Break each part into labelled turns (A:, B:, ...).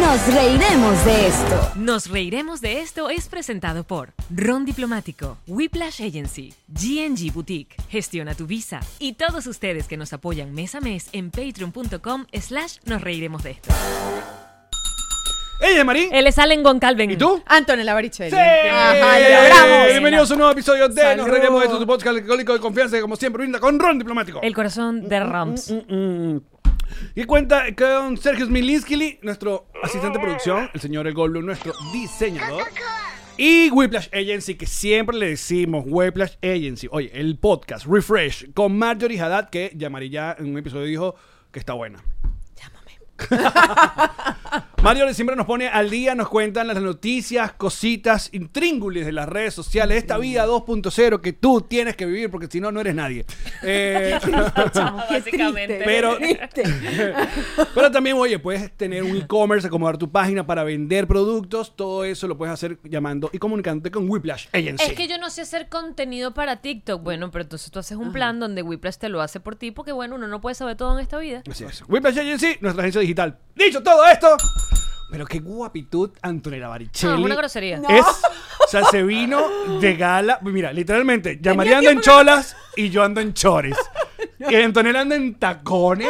A: Nos reiremos de esto.
B: Nos reiremos de esto es presentado por Ron Diplomático, Whiplash Agency, GNG Boutique, Gestiona tu Visa y todos ustedes que nos apoyan mes a mes en patreon.com slash nos reiremos de esto.
C: Ella es Marín.
D: Eh,
B: Él es Allen Goncalven.
C: ¿Y tú?
E: Antonella Baricelli.
C: ¡Sí!
E: Eh, ah, Ajá, ya hablamos.
C: Bienvenidos a un nuevo episodio de Nos
B: Salud.
C: Reiremos de Esto, tu podcast alcohólico de confianza que como siempre brinda con Ron Diplomático.
B: El corazón de Rams.
C: Mm, Y cuenta con Sergio Smilinski, nuestro asistente de producción, el señor El Goldblum, nuestro diseñador. Y Whiplash Agency, que siempre le decimos Whiplash Agency. Oye, el podcast Refresh con Marjorie Haddad, que llamaré ya en un episodio dijo que está buena. Marjorie siempre nos pone al día, nos cuentan las noticias, cositas, intríngulis de las redes sociales, esta vida 2.0 que tú tienes que vivir porque si no, no eres nadie. Eh,
B: Básicamente.
C: pero, pero también, oye, puedes tener un e-commerce, acomodar tu página para vender productos. Todo eso lo puedes hacer llamando y comunicándote con Whiplash Agency.
D: Es que yo no sé hacer contenido para TikTok. Bueno, pero entonces tú haces un plan donde Whiplash te lo hace por ti, porque bueno, uno no puede saber todo en esta vida.
C: Así es. Whiplash Agency, nuestra agencia digital. Dicho todo esto, pero qué guapitud Antonella Baricelli.
D: No, una grosería. No.
C: Es, o sea, se vino de gala. Mira, literalmente, ya María anda en cholas y yo ando en chores. Y Antonella anda en tacones,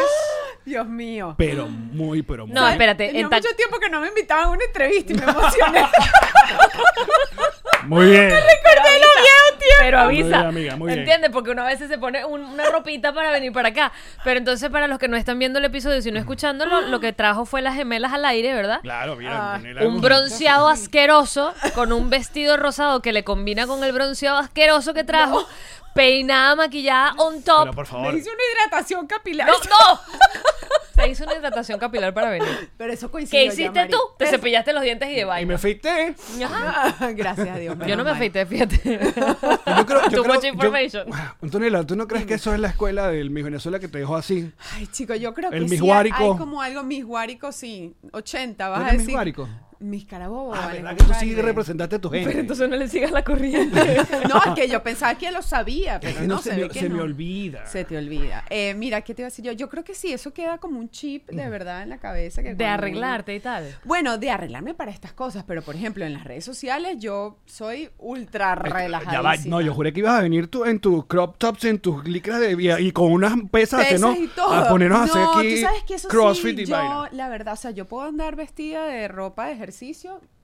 E: Dios mío.
C: pero muy, pero muy.
D: No, espérate.
E: Tenía
D: En ta-
E: mucho tiempo que no me invitaban a una entrevista y me emocioné.
C: Muy bien.
D: Pero avisa, Pero
C: Ah, Muy bien,
D: avisa.
C: amiga, muy bien.
D: ¿Entiendes? Porque uno a veces se pone un- una ropita para venir para acá. Pero entonces, para los que no están viendo el episodio, sino escuchándolo, lo que trajo fue las gemelas al aire, ¿verdad?
C: Claro,
D: Ah.
C: mira, Antonella.
D: Un bronceado asqueroso con un vestido rosado que le combina con el bronceado asqueroso que trajo. Peinada, maquillada, on top.
C: Pero por favor.
E: Me hice una hidratación capilar.
D: ¡No, no! Se hizo una hidratación capilar para venir.
E: Pero eso coincidió.
D: ¿Qué
E: ya,
D: hiciste
E: Mari.
D: tú? Te cepillaste los dientes y de
C: Y me
D: baile.
C: afeité.
E: Ah, Gracias a Dios.
D: Yo
E: menos
D: no me
E: mal.
D: afeité, fíjate.
C: Yo creo, yo
D: Too
C: creo-
D: much
C: yo-
D: information.
C: Antonella, ¿tú no crees que eso es la escuela del Miss Venezuela que te dejó así?
E: Ay, chico, yo creo
C: El
E: que sí. Hay
C: misguárico.
E: como algo misguárico, sí. 80, vas
C: ¿Tú
E: a
C: eres
E: decir.
C: misguárico?
E: Mis carabobos.
C: Ah,
E: Oh, vale,
C: ¿verdad que tú sí
E: compadre.
C: representaste a tu gente?
D: Pero entonces no le sigas la corriente.
E: No, es que yo pensaba que lo sabía, pero
C: Ay,
E: no,
C: no, se,
E: se, ve
C: me,
E: que
C: se me
E: no.
C: olvida.
E: Se te olvida. Eh, mira, ¿qué te iba a decir yo? Yo creo que sí, eso queda como un chip de verdad en la cabeza. Que
D: De
E: cuando uno-
D: arreglarte y tal.
E: Bueno, de arreglarme para estas cosas, pero por ejemplo, en las redes sociales yo soy ultra relajada.
C: eh, Ya va, no, yo juré que ibas a venir tú en tus crop tops, en tus licras de y, y con unas pesas,
E: Pesas
C: ¿no?
E: y todo.
C: A ponernos a hacer
E: No,
C: aquí
E: tú sabes que eso
C: crossfit
E: sí,
C: y
E: yo,
C: vaina.
E: La verdad, o sea, yo puedo andar vestida de ropa de ejercicio.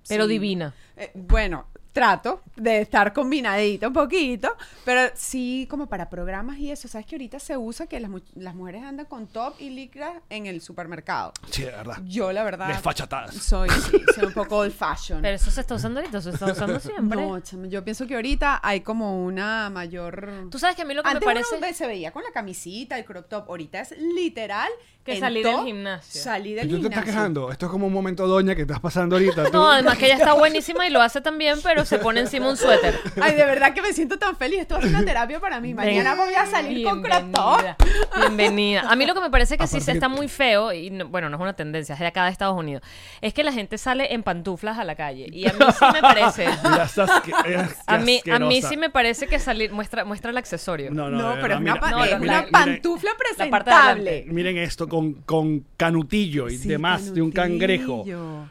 D: Pero
E: sí.
D: divina.
E: Eh, bueno, trato de estar combinadita un poquito, pero sí como para programas y eso. Sabes que ahorita se usa que las, mu- las mujeres andan con top y licra en el supermercado.
C: Sí, de verdad.
E: Yo, la verdad.
C: Desfachatadas.
E: Soy, sí, soy un poco old fashion.
D: Pero eso se está usando ahorita, eso se está usando siempre.
E: No, chamo, yo pienso que ahorita hay como una mayor.
D: Tú sabes que a mí lo que
E: Antes
D: me parece.
E: uno se veía con la camisita, el crop top. Ahorita es literal
D: Que
E: en
D: salí del
E: top,
D: gimnasio.
E: Salí
C: Si
E: del
C: tú Pues te
E: gimnasio.
C: estás quejando, esto es como un momento doña que estás pasando ahorita. tú.
D: No, además que ella está buenísima y lo hace también, pero se pone encima un suéter.
E: Ay, de verdad que me siento tan feliz. Esto es una terapia para mí. Mañana voy a salir con crop top.
D: Bienvenida, Bienvenida. A mí lo que me parece que sí
C: Aparte
D: se
C: que-
D: está muy feo, y no- bueno, no es una tendencia, es de acá de Estados Unidos, es que la gente sale en pantuflas a la calle. Y a mí sí me parece.
C: Mira, estás que- eres
D: A mí, a mí
C: asquerosa.
D: sí me parece que salir. Muestra, muestra el accesorio.
C: No, no,
E: No,
C: de
E: pero
C: verdad,
E: es una,
C: mira,
E: pa-
D: no,
E: es
C: mira,
D: no,
E: una
C: mira,
E: pantufla
D: la parte de adelante.
E: presentable.
C: Miren esto con, con canutillo y
E: Sí,
C: demás de un
E: canutillo.
C: cangrejo.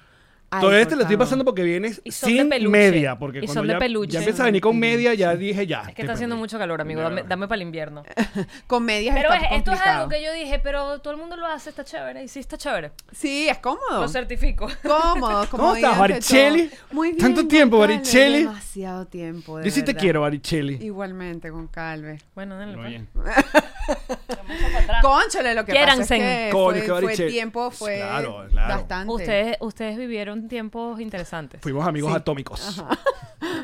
E: Ay,
C: Todo esto
E: por
C: lo estoy
E: favor.
C: pasando porque vienes
D: Y son de
C: sin
D: peluche.
C: media. Porque
D: Y
C: cuando
D: son de
C: ya,
D: peluche.
C: ya empiezas a venir con media, ya dije ya.
D: Es que está haciendo mucho calor, amigo. Dame, dame para el invierno.
E: Comedias
D: Pero
E: está
D: es- esto es
E: complicado.
D: algo que yo dije, pero todo el mundo lo hace, está chévere. Y sí, está chévere.
E: Sí, es cómodo.
D: Lo certifico.
E: Cómodo,
C: ¿Cómo estás,
E: comodidad ante
C: Baricelli?
E: todo. Muy bien.
C: Tanto
E: con
C: tiempo,
E: Calve,
C: Baricelli.
E: Demasiado tiempo. de
C: Yo sí te
E: verdad.
C: quiero, Baricelli.
E: Igualmente, con Calve.
D: Bueno, denle. pues.
E: Cónchale, lo que
D: Quiéranse.
E: pasa es que
C: Coño,
E: fue,
C: que
E: fue
C: Baricelli.
E: tiempo, fue
C: Pues Claro, claro.
E: bastante.
D: Ustedes, ustedes vivieron tiempos interesantes.
C: Fuimos amigos
E: Sí.
C: atómicos.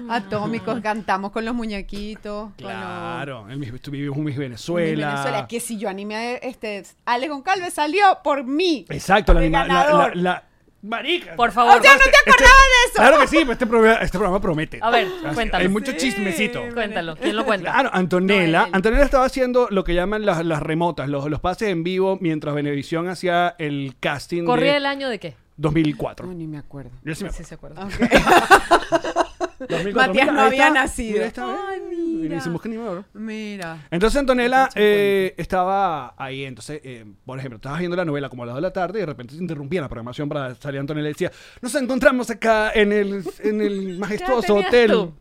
E: Atómicos, cantamos con los muñequitos. con los-
C: Claro. en mis- tú vivimos en mis
E: con
C: Venezuela.
E: Venezuela. Que si yo animé a este, Ale Goncalves salió por mí.
C: Exacto, la
E: El
C: anima- la-
E: ganador.
C: la- la- Marica.
D: Por favor,
E: O sea, no te
C: Este-
E: acordabas de eso.
C: Claro que sí, pero este programa, este programa promete.
D: A ver,
C: Así-
D: cuéntalo.
C: Hay mucho
D: Sí.
C: chismecito.
D: cuéntalo. ¿Quién lo cuenta?
C: Claro, Antonella.
E: No, él.
C: Antonella estaba haciendo lo que llaman las, las remotas, los, los pases en vivo mientras Venevisión hacía el casting
D: ¿Corría
C: de
D: el año de qué?
C: 2004.
E: No, ni me acuerdo.
C: Yo sí me
D: Sí,
C: acuerdo.
D: se acuerda.
C: 2004.
E: Matías
C: Mira,
E: no
C: ahí
E: había
C: está.
E: nacido.
C: Mira, ahí está,
E: Ay,
C: eh.
E: mira.
C: Hicimos que ni me acuerdo.
E: Mira.
C: Entonces Antonella
E: Entonces,
C: eh, estaba ahí, entonces, eh, por ejemplo, estabas viendo la novela como a las 2 de la tarde y de repente se interrumpía la programación para salir Antonella y decía, nos encontramos acá en el, en el majestuoso
D: tenías
C: hotel.
D: tú?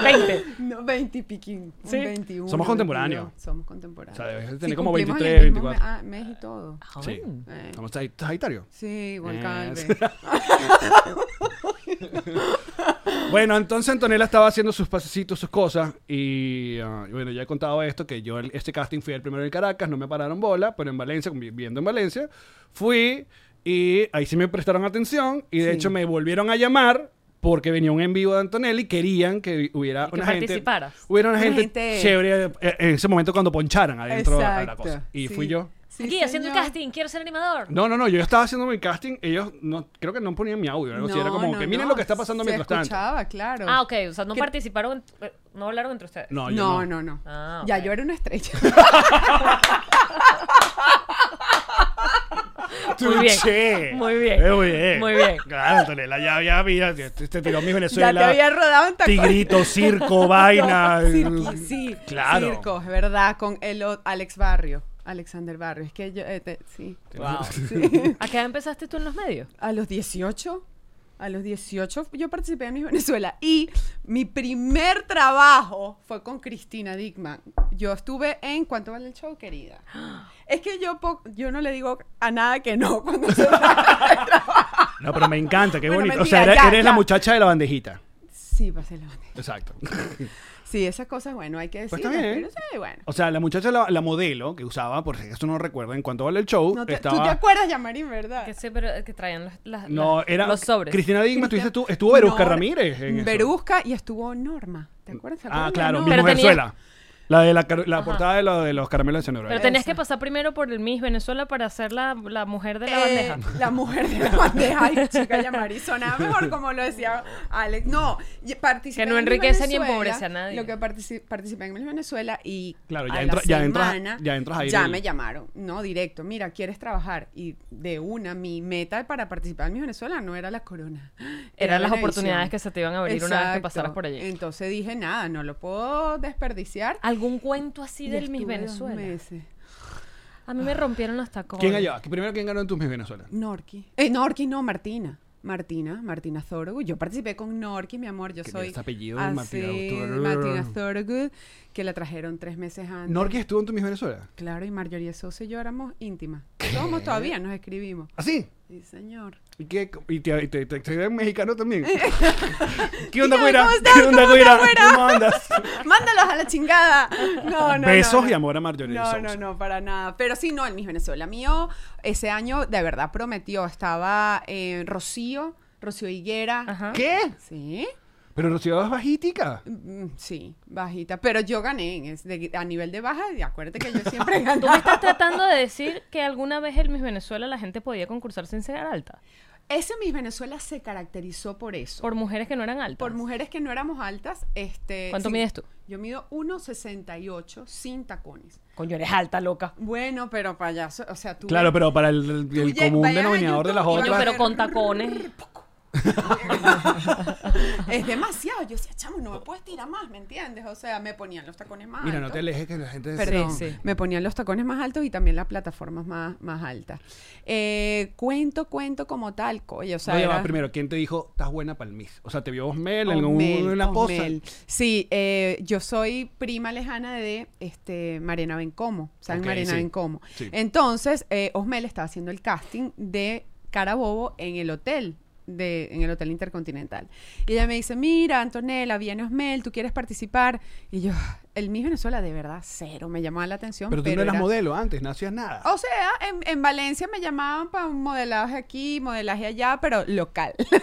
D: 20.
E: No, 20 y piquín. un
D: Sí.
E: 21,
C: Somos contemporáneos.
E: 22, Somos contemporáneos.
C: O sea, debes de
E: Sí,
C: tener como
E: cumplimos
C: 23,
E: en el mismo
C: 24.
E: me- ah, mes y todo.
C: Sí.
E: Eh.
C: Somos sag- Sagitario.
E: Sí, igual
C: Eh,
E: Calve.
C: Bueno, entonces Antonella estaba haciendo sus pasecitos, sus cosas. Y ah, y bueno, ya he contado esto: que yo el- este casting fui el primero en Caracas, no me pararon bola, pero en Valencia, como viviendo en Valencia, fui y ahí sí me prestaron atención. Y de
E: Sí.
C: hecho me volvieron a llamar porque venía un en vivo de Antonella y querían que hubiera
D: Y que
C: una gente.
D: participaras.
C: Hubiera una
E: Una
C: gente,
E: gente-
C: chévere eh, en ese momento cuando poncharan adentro de la
E: Exacto,
C: cosa. Y
E: sí.
C: fui yo.
E: Sí,
D: Aquí, haciendo el
E: señor.
D: casting. Quiero ser animador.
C: No, no, no, yo estaba haciendo mi casting, ellos no, creo que no ponían mi audio, algo así, era
E: No,
C: como
E: no,
C: que miren
E: no,
C: lo que está pasando mientras
E: Se
C: tanto.
E: escuchaba, claro.
D: Ah, ok. O sea, no
E: ¿Qué-
D: participaron, eh, no hablaron entre ustedes.
C: No, yo
E: No,
C: no.
E: no, no.
D: Ah,
E: Ya
D: ok.
E: yo era una estrella.
D: Muy bien.
C: Che.
D: Muy bien.
C: Eh, muy bien.
D: Muy bien.
C: Claro, Antonella, ya, ya, mira, te, te tiró mi
E: ya te
C: Venezuela.
E: había rodado en tacones.
C: tigrito, circo, vaina. Eh,
E: Cirqui- sí,
C: Claro.
E: circo, es verdad, con el o- Alex Barrio, Alexander Barrio. Es que yo, eh, te- sí.
D: Wow.
E: Sí.
D: ¿A qué edad empezaste tú en los medios?
E: A los 18, a los 18 yo participé en Miss Venezuela y mi primer trabajo fue con Cristina Dickman. Yo estuve en ¿Cuánto vale el show, querida? Es que yo, po- yo no le digo a nada que no cuando se trata de trabajo.
C: No, pero me encanta, qué
E: Bueno,
C: bonito.
E: mentira,
C: o sea, eres,
E: ya,
C: eres
E: ya.
C: la muchacha de la bandejita.
E: Sí, pues, pasé la bandera.
C: Exacto.
E: Sí, esas cosas, bueno, hay que decir.
C: Pues está bien.
E: sí, bueno.
C: O sea, la muchacha, la, la modelo que usaba, por si acaso no recuerdo, en cuanto vale el show,
E: No te-
C: Uh, estaba...
E: Tú te acuerdas, Yamarín, ¿verdad?
D: Que sé, pero eh, que traían los, las-
C: no,
D: las-
C: era
D: los sobres.
C: Cristina Digma, tú
E: Cristian-
C: dices tú, estuvo Verusca
E: Nor-
C: Ramírez en eso.
E: Verusca y estuvo Norma. ¿Te acuerdas? ¿Te acuerdas
C: Ah,
E: de
C: claro,
E: Norma?
C: Miss
D: Pero tenía-
C: Venezuela. La de la, car- la portada de, lo- de los caramelos de Cenobro.
D: Pero tenías que pasar primero por el Miss Venezuela para ser la, la mujer de la
E: Eh,
D: bandeja.
E: la mujer de la bandeja. Ay, chica, Yamari, sonaba mejor como lo decía Alex. No, y participé
D: Que no
E: en Miss
D: enriquece ni
E: Venezuela,
D: empobrece a nadie.
E: Lo que partici- participé en Miss Venezuela y
C: Claro,
E: a
C: ya
E: la
C: entra- ya entras-
E: semana
C: ya entras ahí en
E: Ya
C: el-
E: me llamaron, no directo. Mira, ¿quieres trabajar? Y de una, mi meta para participar en Miss Venezuela no era la corona.
D: Eran las
E: Venevisión.
D: oportunidades que se te iban a abrir una vez que
E: Exacto.
D: pasaras por allí.
E: Entonces dije, nada, no lo puedo desperdiciar.
D: ¿Algún cuento así
E: Y
D: del Miss
E: estuve dos
D: Venezuela?
E: meses.
D: A mí me rompieron los tacones.
C: ¿Quién allá? Primero, ¿quién ganó en tus Miss Venezuela?
E: Norqui. Eh, Norqui, no, Martina. Martina, Martina Thorogood. Yo participé con Norqui, mi amor. Yo
C: Que
E: soy.
C: ese apellido,
E: así,
C: Martina Thorogood.
E: Martina Thorogood, que la trajeron tres meses antes.
C: ¿Norquis estuvo en tus Miss Venezuela?
E: Claro, y Marjorie Sosa y yo éramos íntimas. Somos todavía, nos escribimos.
C: ¿Así?
E: Sí, señor.
C: ¿Y qué? ¿Y te, y te, te, te ven mexicano también? ¿Qué onda,
E: Dígame,
C: güera?
E: ¿cómo estás?
C: ¿Qué onda,
E: ¿Cómo
C: güera?
E: estás, güera?
C: ¿Cómo andas?
E: ¡Mándalos a la chingada! No, no.
C: Besos
E: no, no.
C: y amor a Marjorie Sousa.
E: No, no, no, para nada. Pero sí, no, el Miss Venezuela mío, ese año de verdad prometió. Estaba eh, Rocío, Rocío Higuera.
D: Ajá.
C: ¿Qué?
E: Sí.
C: Pero Rocío es bajítica.
E: Mm, Sí, bajita. Pero yo gané. en es- de- a nivel de baja, y acuérdate que yo siempre gané.
D: ¿Tú me estás tratando de decir que alguna vez el Miss Venezuela la gente podía concursar sin ser alta?
E: Ese Miss Venezuela se caracterizó por eso. Por,
D: Por mujeres que no eran altas.
E: mujeres que no éramos altas. Este,
D: ¿Cuánto mides tú?
E: Yo mido 1,68 sin tacones.
D: Coño, eres alta, loca.
E: Bueno, pero payaso, o sea, tú...
C: Claro, pero para el, el
E: tú ya-
C: común
E: vayan a
C: denominador de las
E: YouTube y
D: Coño,
C: otras.
E: van a
D: pero
E: ver-
D: con tacones.
E: es demasiado. Yo decía, chamo, no me puedes tirar más, ¿me entiendes? O sea, me ponían los tacones más
C: Mira, no
E: altos.
C: te alejes que la gente... se-
E: Perdón,
D: Sí, sí.
E: me ponían los tacones más altos y también las plataformas más, más altas. Eh, cuento, cuento como tal, coño. O sea,
C: No, ya va,
E: era-
C: primero, ¿quién te dijo, estás buena para el Miss? O sea, ¿te vio Osmel en
E: Osmel,
C: una posa?
E: Osmel. Sí, eh, yo soy prima lejana de este, Marena Bencomo. ¿Saben
C: Ok,
E: Marena
C: sí.
E: Bencomo?
C: Sí.
E: Entonces, eh, Osmel estaba haciendo el casting de Carabobo en el hotel. De, en el Hotel Intercontinental. Y ella me dice, mira, Antonella, viene Osmel, ¿tú quieres participar? Y yo, el Miss Venezuela de verdad cero, me llamaba la atención.
C: Pero Oh. tú no eras
E: era-
C: modelo antes, no hacías nada.
E: o sea, en, en Valencia me llamaban para un modelaje aquí, modelaje allá, pero local.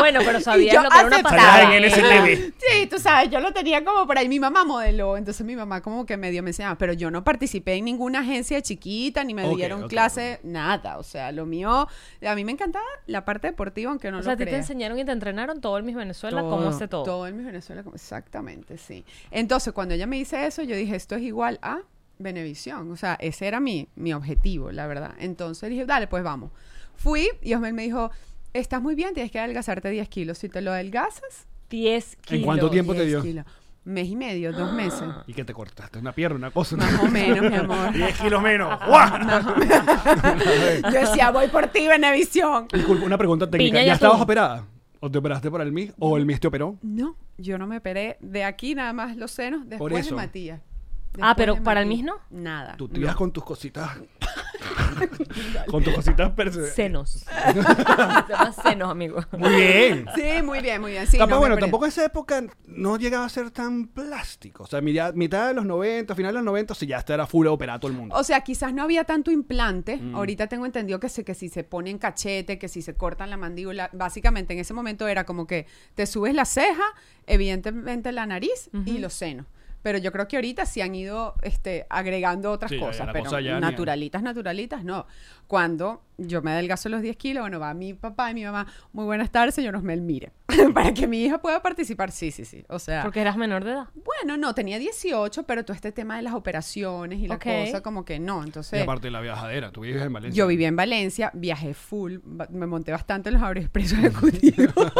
D: Bueno, pero sabías
E: Y yo
D: lo que era una
E: aceptaba.
D: pasada.
C: en ese TV.
E: Sí, tú sabes, yo lo tenía como por ahí. Mi mamá modeló, entonces mi mamá como que medio me enseñaba, pero yo no participé en ninguna agencia chiquita, ni me
C: Ok,
E: dieron
C: ok,
E: clase, nada. O sea, lo mío, a mí me encantaba la parte deportiva, aunque no
D: O
E: lo
D: sea, a ti te
E: creas.
D: enseñaron y te entrenaron todo el Miss Venezuela, cómo hace todo.
E: Todo en mi Venezuela, como- exactamente, sí. Entonces, cuando ella me dice eso, yo dije, esto es igual a Benevisión. O sea, ese era mi, mi objetivo, la verdad. Entonces dije, dale, pues vamos. Fui y Osmel me dijo, estás muy bien, tienes que adelgazarte 10 kilos. Si te lo adelgazas,
D: 10 kilos.
C: ¿En cuánto tiempo te
E: 10
C: dio? Ah.
E: kilos. Mes y medio, dos meses.
C: Y que te cortaste una pierna, una cosa. una-
E: Más o menos, mi amor.
C: 10 kilos menos. ¡Guau!
E: Yo decía, voy por ti, Benevisión.
C: Disculpa, una pregunta técnica.
D: Piña y
C: ¿Ya
D: atún.
C: estabas operada? ¿O te operaste para el MIS? ¿O el MIS te operó?
E: No, yo no me operé de aquí nada más los senos después de
C: eso.
E: Matías.
D: Ah,
E: Después
D: pero
E: de
D: para el
E: Matías.
D: mismo?
E: Nada.
C: Tú te
E: no.
C: ibas con tus cositas. con tus cositas perse-
D: Senos. Se llama senos, amigo.
C: Muy bien.
E: Sí, muy bien, muy bien. Sí,
C: tampoco,
E: no, me
C: bueno,
E: operé.
C: tampoco esa época no llegaba a ser tan plástico. O sea, mitad, mitad de los 90, final de los 90, sí, ya hasta era full operado todo el mundo.
E: O sea, quizás no había tanto implante.
C: Mm.
E: Ahorita tengo entendido que, se, que si se ponen cachete, que si se cortan la mandíbula, básicamente en ese momento era como que te subes la ceja, evidentemente la nariz y los senos. Pero yo creo que ahorita sí han ido este, agregando otras
C: Sí, ya, ya,
E: cosas,
C: la
E: pero
C: cosa ya ni-
E: naturalitas, naturalitas, no. Cuando yo me adelgazo los 10 kilos, bueno, va mi papá y mi mamá, muy buenas tardes, señor Osmel, mire, para que mi hija pueda participar, sí, sí, sí. O sea,
D: Porque eras menor de edad.
E: bueno, no, tenía 18, pero todo este tema de las operaciones y la
D: Ok.
E: cosa, como que no. Entonces,
C: Y aparte de la viajadera, tú vives en Valencia.
E: yo vivía en Valencia, viajé full, ba- me monté bastante en los aeroexpresos ejecutivos.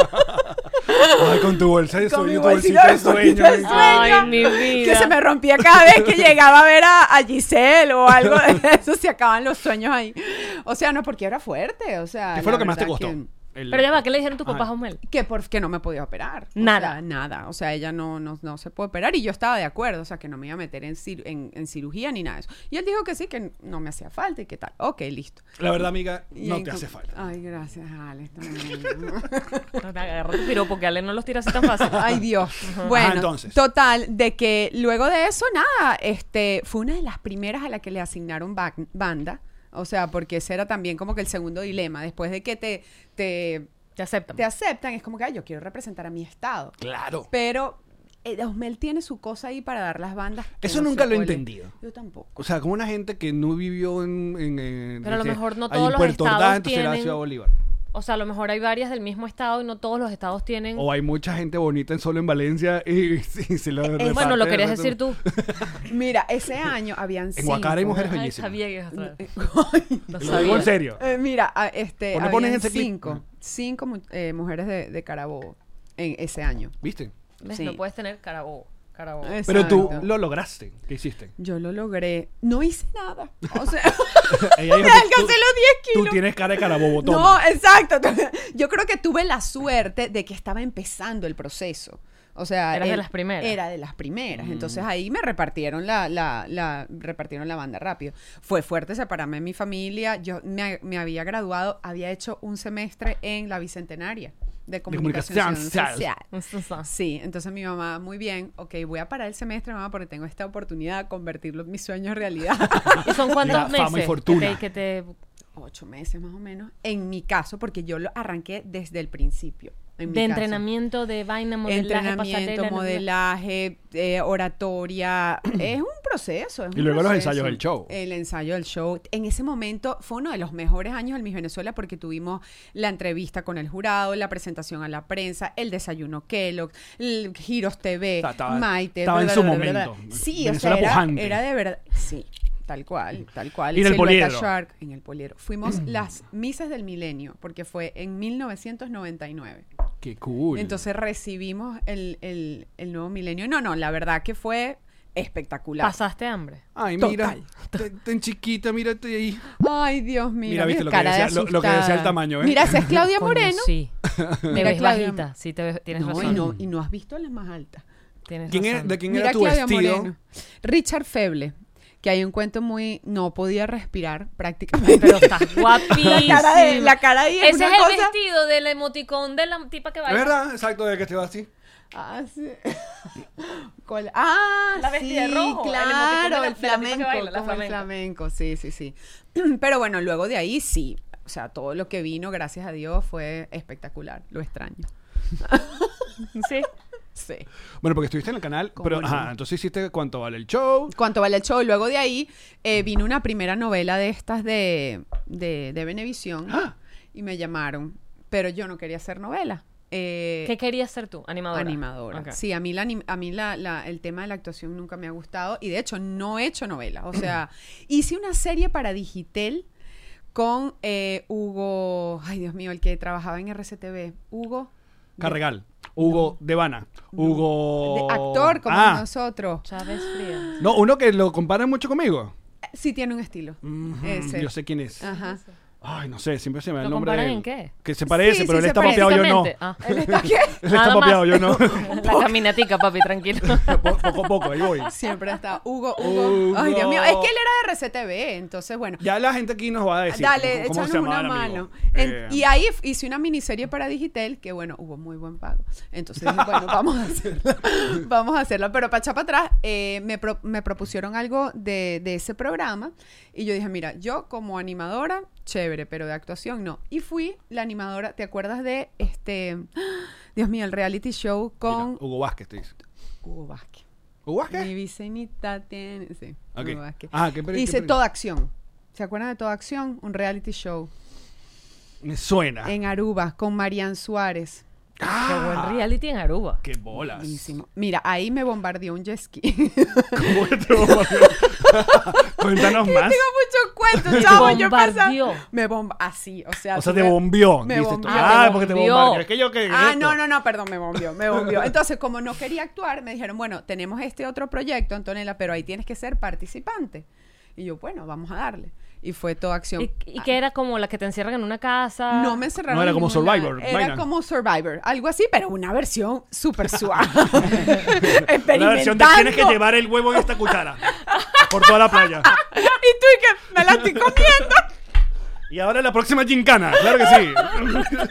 C: Ay, con tu bolsa de
E: Con mi
C: sueño, tu
E: bolsita
C: bolsita
E: de
C: de sueño.
E: bolsita de sueño.
D: Ay, mi vida.
E: que se me rompía cada vez que llegaba a ver a, a Giselle o algo de eso, se acaban los sueños ahí. O sea, no, porque era fuerte, o sea.
C: ¿Qué fue lo que
E: la
C: más te
E: verdad
C: costó?
E: que-
C: El-
D: Pero ya va, ¿qué le dijeron tus
C: Ah.
D: papás a Osmel?
E: que porque no me podía operar. O
D: Nada.
E: sea, nada. O sea, ella no, no, no se puede operar y yo estaba de acuerdo, o sea, que no me iba a meter en, cir- en, en cirugía ni nada de eso. Y él dijo que sí, que no me hacía falta y que tal. Ok, listo.
C: La verdad, amiga,
E: Y
C: no
E: en
C: te
E: co-
C: hace falta.
E: Ay, gracias, Alex.
D: Agarró tu piropo, que Ale no los tira así tan fácil.
E: Ay, Dios. Bueno,
C: Ajá, Ah, entonces.
E: total, de que luego de eso, nada, este, fue una de las primeras a la que le asignaron ba- banda. O sea, porque ese era también como que el segundo dilema. Después de que te, te,
D: Te aceptan.
E: te aceptan, es como que, ay, yo quiero representar a mi estado.
C: Claro.
E: Pero eh, Osmel tiene su cosa ahí para dar las bandas. que
C: Eso
E: no
C: nunca
E: se
C: lo he
E: puede.
C: entendido.
E: Yo tampoco.
C: O sea, como una gente que no vivió en... en, en-
D: Pero a lo
C: dice,
D: mejor no
C: ahí
D: todos
C: en
D: los
C: Puerto Ordaz,
D: estados
C: entonces era
D: tienen-
C: Ciudad Bolívar.
D: O sea, a lo mejor hay varias del mismo estado y no todos los estados tienen.
C: O hay mucha gente bonita en solo en Valencia y, y se lo reparte
D: Eh, bueno, lo
C: de
D: querías
C: resto.
D: decir tú.
E: Mira, ese año habían
C: En
E: cinco.
C: Guacara hay mujeres
D: Ay,
C: bellísimas.
D: sabía que ibas a traer. Lo
C: Lo digo en
D: sabía.
C: serio.
E: Eh, mira, a- este,
C: Pon- pones
E: habían
C: ese clip.
E: cinco,
C: Ajá.
E: cinco mu- eh, mujeres de, de Carabobo en ese año.
C: ¿Viste?
D: ¿Ves?
E: Sí.
D: No puedes tener carabobo. Carabobo.
C: Pero tú
E: Exacto.
C: lo lograste. ¿Qué hiciste?
E: Yo lo logré. No hice nada. O sea,
C: Ella
E: me
C: dijo,
E: alcancé
C: tú-
E: los 10 kilos.
C: Tú tienes cara de carabobo,
E: No,
C: toma.
E: exacto. Yo creo que tuve la suerte de que estaba empezando el proceso. O sea,
D: Eras de
E: el-
D: las primeras.
E: Era de las primeras.
C: Mm.
E: Entonces ahí me repartieron la, la, la- repartieron la banda rápido. Fue fuerte separarme de mi familia. Yo me, me había graduado, había hecho un semestre en la Bicentenaria de Comunicación,
C: comunicación social.
E: social.
D: Exacto.
E: Sí, entonces mi mamá, muy bien, ok, voy a parar el semestre, mamá, porque tengo esta oportunidad de convertir los- mis sueños en realidad.
D: ¿Y son cuántos
C: Mira, fama y
D: meses?
C: fortuna.
D: Que te, que te-
E: ocho meses más o menos, en mi caso, porque yo lo arranqué desde el principio. en mi
D: de
E: caso.
D: entrenamiento, de vaina, modelaje,
E: Entrenamiento,
D: pasarela,
E: modelaje, eh, oratoria. es un proceso. es
C: Y
E: un
C: luego los
E: proceso.
C: ensayos del show.
E: El ensayo del show. En ese momento fue uno de los mejores años del Miss Venezuela porque tuvimos la entrevista con el jurado, la presentación a la prensa, el desayuno Kellogg, el Giros TV,
C: O sea, estaba-
E: Maite.
C: estaba en
E: bla,
C: su
E: bla, bla, bla, bla.
C: momento.
E: Sí,
C: Venezuela
E: o sea, era-
C: pujante.
E: era, de verdad. Sí. Tal cual, tal cual.
C: Y en el
E: Silhouette
C: Poliedro.
E: Shark, en el poliedro. Fuimos las misas del milenio, porque fue en 1999.
C: Qué cool.
E: Entonces recibimos el, el- el nuevo milenio. No, no, la verdad que fue espectacular.
D: Pasaste hambre.
C: Ay, mira.
E: Total.
C: Tan, tan chiquita, mírate ahí.
E: Ay, Dios mío.
C: Mira, viste lo que
E: cara de
C: decía- lo- lo que decía el
E: asustada.
C: tamaño, ¿eh?
E: Mira, esa es Claudia
D: Coño,
E: Moreno.
D: Sí. Te
E: Mira,
D: ves
E: Claudia.
D: bajita. Sí, te ves, tienes
E: No, y
D: razón.
E: no, y no has visto a las más altas.
D: Tienes
C: ¿Quién era,
D: razón.
C: ¿De quién
E: Mira
C: era tu
E: Claudia
C: vestido?
E: Moreno. Richard Feble, que hay un cuento muy... No podía respirar prácticamente.
D: Pero estás guapísima.
E: la cara de... La cara ahí es
D: Ese
E: una
D: es el
E: cosa...
D: vestido del emoticón de la tipa que
C: Es
D: baila.
C: verdad, exacto, de que te va así.
E: Ah, sí. ¿Cuál? Ah,
D: La vestida de
E: sí,
D: rojo, el emoticón de la-
E: Claro,
D: de
E: el
D: la tipa que
E: flamenco,
D: baila, la
E: como el flamenco, sí, sí, sí. Pero bueno, luego de ahí sí. O sea, todo lo que vino, gracias a Dios, fue espectacular. Lo extraño.
D: Sí.
E: Sí.
C: Bueno, porque estuviste en el canal,
E: ¿Cómo
C: pero
E: no?
C: ajá, entonces hiciste cuánto vale el show.
E: Cuanto vale el show. Luego de ahí eh, vino una primera novela de estas de, de, de Venevisión
C: ¡Ah!
E: y me llamaron, pero yo no quería hacer novela. Eh,
D: ¿Qué querías ser tú? Animadora.
E: animadora.
D: Ok.
E: Sí, a mí, la, anim- a mí la, la- el tema de la actuación nunca me ha gustado y de hecho no he hecho novela. O sea, hice una serie para Digitel con eh, Hugo, ay Dios mío, el que trabajaba en RCTV. Hugo.
C: Carregal, Hugo Devana, Hugo.
E: de actor como
C: Ah,
E: nosotros.
D: Chávez Frías.
C: No, uno que lo comparan mucho conmigo.
E: Sí tiene un estilo.
C: Ujú,
E: Ese. Ah.
C: Yo sé quién es.
E: Ajá.
C: Ay, no sé, siempre se me da
D: ¿Lo
C: el nombre.
D: comparan
C: de él.
D: en qué?
C: Que se parece,
E: Sí,
C: pero
E: sí,
C: él
E: se
C: está papeado, yo no.
D: Físicamente. Ah.
E: ¿Él está qué?
C: Él está
D: Nada
C: papeado,
D: más.
C: yo no.
D: La caminatica, papi, tranquilo.
C: Po- poco a poco, ahí voy.
E: Siempre está Hugo, Hugo. Ay, Dios mío. Es que él era de RCTV, entonces bueno.
C: Ya la gente aquí nos va a decir.
E: Dale,
C: cómo- cómo
E: échanos
C: se
E: una
C: llamaba el
E: mano.
C: amigo.
E: En-
C: Eh,
E: y ahí f- hice una miniserie para Digitel, que bueno, hubo muy buen pago. Entonces dije, bueno, vamos a hacerla. vamos a hacerla. Pero para echar para atrás, eh, me, pro- me propusieron algo de, de ese programa. Y yo dije, mira, yo como animadora, chévere, pero de actuación no. Y fui la animadora, ¿te acuerdas de este, Dios mío, el reality show
C: mira,
E: con
C: Hugo Vázquez te dice.
E: Hugo Vázquez?
C: ¿Hugo Vázquez?
E: Mi vicinita tiene. Sí.
C: Ok.
E: Hugo Vázquez.
C: Ah, ¿qué peri- qué
E: Hice
C: peri-
E: toda acción. ¿Se acuerdan de toda acción? Un reality show
C: Me suena. Ah,
E: en Aruba con Marian Suárez.
D: Qué buen reality en Aruba.
C: ¡Qué bolas!
E: Buenísimo. Mira, ahí me bombardeó un jet ski.
C: ¿Cómo que te bombardeó? Cuéntanos más.
E: Tengo muchos cuentos, chavo. Yo pensaba-
D: Bombardeó.
E: Me bomba así, o sea.
C: O sea,
E: tú
C: te
E: me-
C: bombió.
E: Me
C: dices tú.
E: bombió.
C: Ah,
D: Te
C: porque te
D: bombió.
C: bombardeó. Es que yo que.
E: Ah,
C: esto.
E: no, no, no, perdón, me bombió, me bombió. Entonces, como no quería actuar, me dijeron, bueno, tenemos este otro proyecto, Antonella, pero ahí tienes que ser participante. Y yo, bueno, vamos a darle. Y fue toda acción. Ah,
D: ¿Y, y que era como la que te encierran en una casa?
E: No me cerraron.
C: No, era como
E: ningún lado.
C: Survivor,
E: Era
C: vaina.
E: como Survivor. Algo así, pero una versión súper suave.
C: La versión de
E: Experimentando.
C: tienes que llevar el huevo en esta cuchara. Por toda la playa.
E: y tú y que me la estoy comiendo.
C: Y ahora la próxima gincana. Claro que sí.